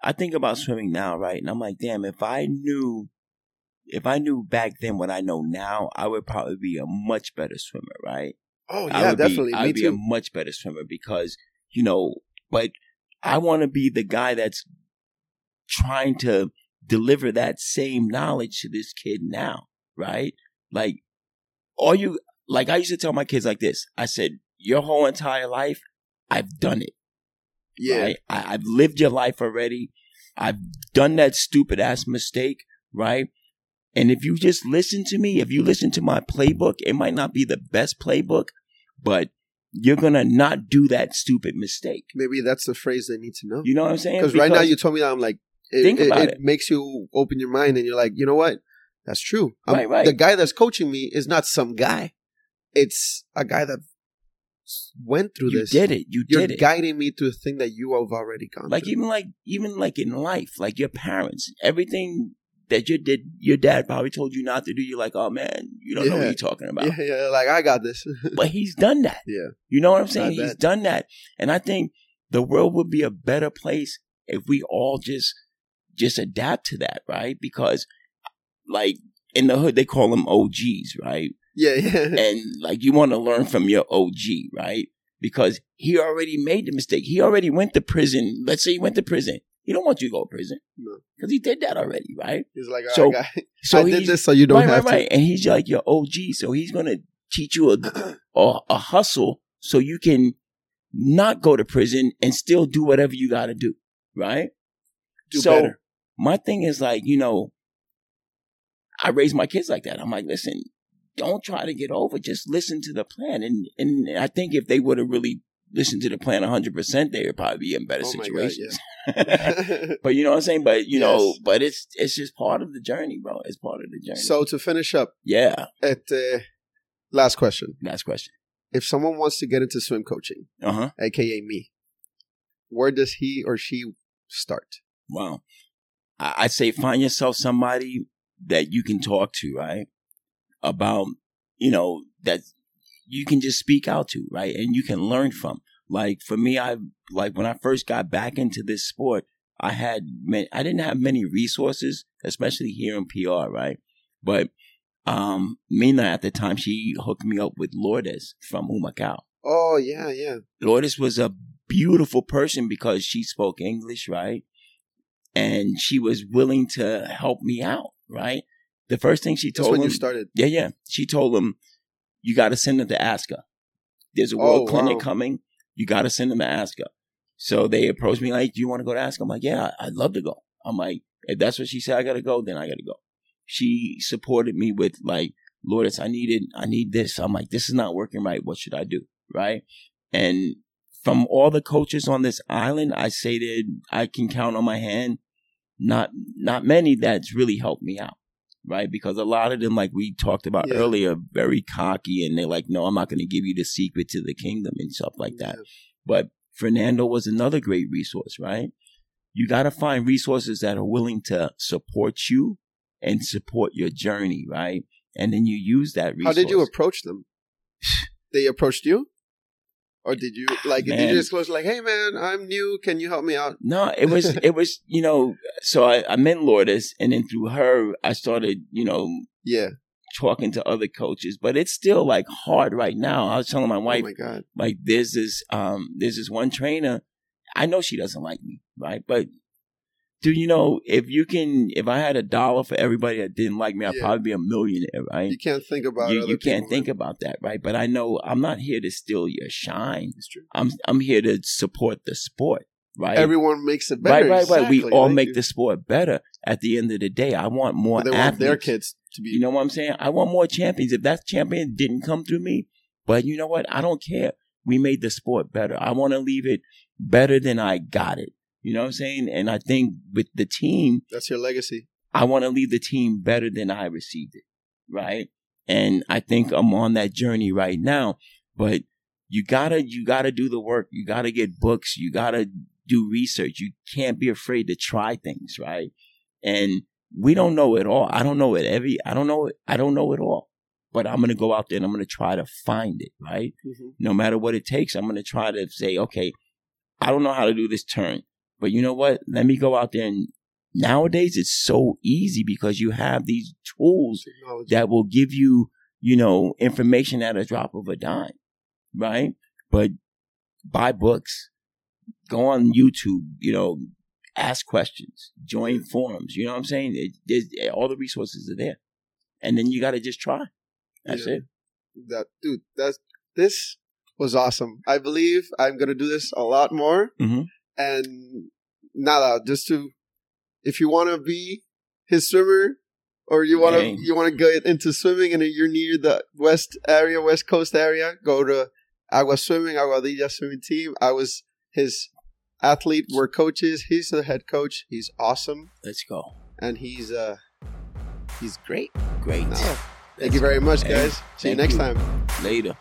A: I think about swimming now, right? And I'm like, damn, if I knew, if I knew back then what I know now, I would probably be a much better swimmer, right?
B: Oh
A: I
B: yeah,
A: would
B: definitely.
A: Be,
B: me
A: I'd be a
B: too.
A: much better swimmer because you know, but I want to be the guy that's trying to deliver that same knowledge to this kid now, right? Like, all you like, I used to tell my kids like this. I said, "Your whole entire life, I've done it.
B: yeah.
A: right? I, I've lived your life already. I've done that stupid ass mistake. right? And if you just listen to me, if you listen to my playbook, it might not be the best playbook, but you're gonna not do that stupid mistake.
B: Maybe that's the phrase they need to know.
A: You know what I'm saying?
B: Because right now you told me that I'm like, it,
A: Think
B: it,
A: about
B: it
A: it.
B: makes you open your mind and you're like, you know what? That's true. I'm-
A: Right, right.
B: The guy that's coaching me is not some guy. It's a guy that s- went through
A: you
B: this.
A: did it. You
B: You're
A: did it.
B: guiding me to a thing that you have already gone
A: like
B: through.
A: even like even like in life, like your parents, everything that you did, your dad probably told you not to do. You're like, oh man, you don't know what
B: Yeah.
A: you're talking about.
B: yeah, yeah, like I got this.
A: But he's done that.
B: Yeah.
A: you know what I'm
B: I
A: saying. He's
B: bet.
A: done that, and I think the world would be a better place if we all just just adapt to that, right? Because like in the hood, they call them OGs, right?
B: yeah, yeah.
A: and like you want to learn from your OG, right? Because he already made the mistake. He already went to prison. Let's say he went to prison. He don't want you to go to prison
B: No.
A: because he did that already, right?
B: He's like,
A: So,
B: I, got,
A: So
B: I did
A: he's-
B: this so you don't
A: right,
B: have
A: right, right. And he's like your OG, so he's gonna teach you a, a a hustle so you can not go to prison and still do whatever you got to do, right?
B: to do
A: so
B: better.
A: my thing is like, you know, I raise my kids like that. I'm like, listen, don't try to get over. Just listen to the plan. And and I think if they would have really listened to the plan 100, percent they would probably be in better
B: Oh my God,
A: situations.
B: yeah.
A: but you know what I'm saying. But you know,
B: Yes.
A: but it's it's just part of the journey, bro. It's part of the journey.
B: so to finish up,
A: yeah,
B: at uh, last question:
A: last question.
B: If someone wants to get into swim coaching,
A: Uh huh.
B: aka me, where does he or she start?
A: Wow. I, I say find yourself somebody that you can talk to, right? About, you know, that you can just speak out to, right? And you can learn from. Like for me, I like when I first got back into this sport, I had man, I didn't have many resources, especially here in PR, right? But um Mina at the time, she hooked me up with Lourdes from Humacao.
B: Oh yeah, yeah.
A: Lourdes was a beautiful person because she spoke English, right? And she was willing to help me out, right? The first thing she
B: That's
A: told
B: when
A: him,
B: you started.
A: yeah, yeah, she told him, you got to send them to Aska. There's a
B: Oh,
A: world clinic
B: wow.
A: coming. You got to send them to Aska. So they approached me like, do you want to go to Aska? I'm like, yeah, I'd love to go. I'm like, if that's what she said, I got to go, then I got to go. She supported me with like, Lourdes, I needed, I need this. I'm like, this is not working right. What should I do? Right. And from all the coaches on this island, I say that I can count on my hand, not, not many that's really helped me out. Right. Because a lot of them, like we talked about
B: Yeah.
A: earlier, very cocky and they're like, no, I'm not going to give you the secret to the kingdom and stuff like that. But Fernando was another great resource, right? You got to find resources that are willing to support you and support your journey, right? And then you use that
B: How
A: resource.
B: did you approach them? they approached you, or did you like? Did
A: man.
B: you just close like, "Hey, man, I'm new. Can you help me out?"
A: No, it was it was you know. So I, I met Lourdes, and then through her, I started you know
B: Yeah.
A: talking to other coaches. But it's still like hard right now. I was telling my wife,
B: oh my god.
A: like there's this um there's this one trainer i know she doesn't like me right but do you know if you can if i had a dollar for everybody that didn't like me i'd
B: Yeah.
A: probably be a millionaire right
B: You can't think about.
A: you,
B: other
A: you can't
B: people,
A: think
B: man.
A: about that right but i know i'm not here to steal your shine
B: It's true.
A: i'm i'm here to support the sport right
B: Everyone makes it better.
A: right right right we
B: Exactly.
A: all
B: Thank
A: make
B: you.
A: the sport better at the end of the day i want more
B: But they want
A: athletes
B: their kids to be.
A: you know what I'm saying? I want more champions. If that champion didn't come through me, but you know what? I don't care. We made the sport better. I want to leave it better than I got it. You know what I'm saying? And I think with the team,
B: that's your legacy.
A: I want to leave the team better than I received it. Right. And I think I'm on that journey right now, but you gotta, you gotta do the work. You gotta get books. You gotta do research. You can't be afraid to try things. Right. And we don't know it all. I don't know it every, I don't know it. I don't know it all, but I'm going to go out there and I'm going to try to find it. Right
B: Mhm.
A: no matter what it takes, I'm going to try to say, okay, I don't know how to do this turn, but you know what? Let me go out there and nowadays it's so easy because you have these tools
B: Technology.
A: that will give you, you know, information at a drop of a dime, right? But buy books, go on YouTube, you know, ask questions, join forums, you know what I'm saying? It, there's- all the resources are there. And then you got to just try. That's
B: Yeah.
A: it.
B: that dude that's this was awesome i believe i'm gonna do this a lot more
A: Mhm.
B: and nada just to if you want to be his swimmer or you want to
A: Hey.
B: you want to get into swimming and you're near the west area, west coast area, go to Agua Swimming, Aguadilla Swimming Team. I was his athlete. We're coaches. He's the head coach. He's awesome,
A: Let's go.
B: and he's uh he's great.
A: Great.
B: No. Thank
A: Let's
B: you very much,
A: Hey,
B: guys. See you
A: thank
B: next
A: you.
B: time.
A: Later.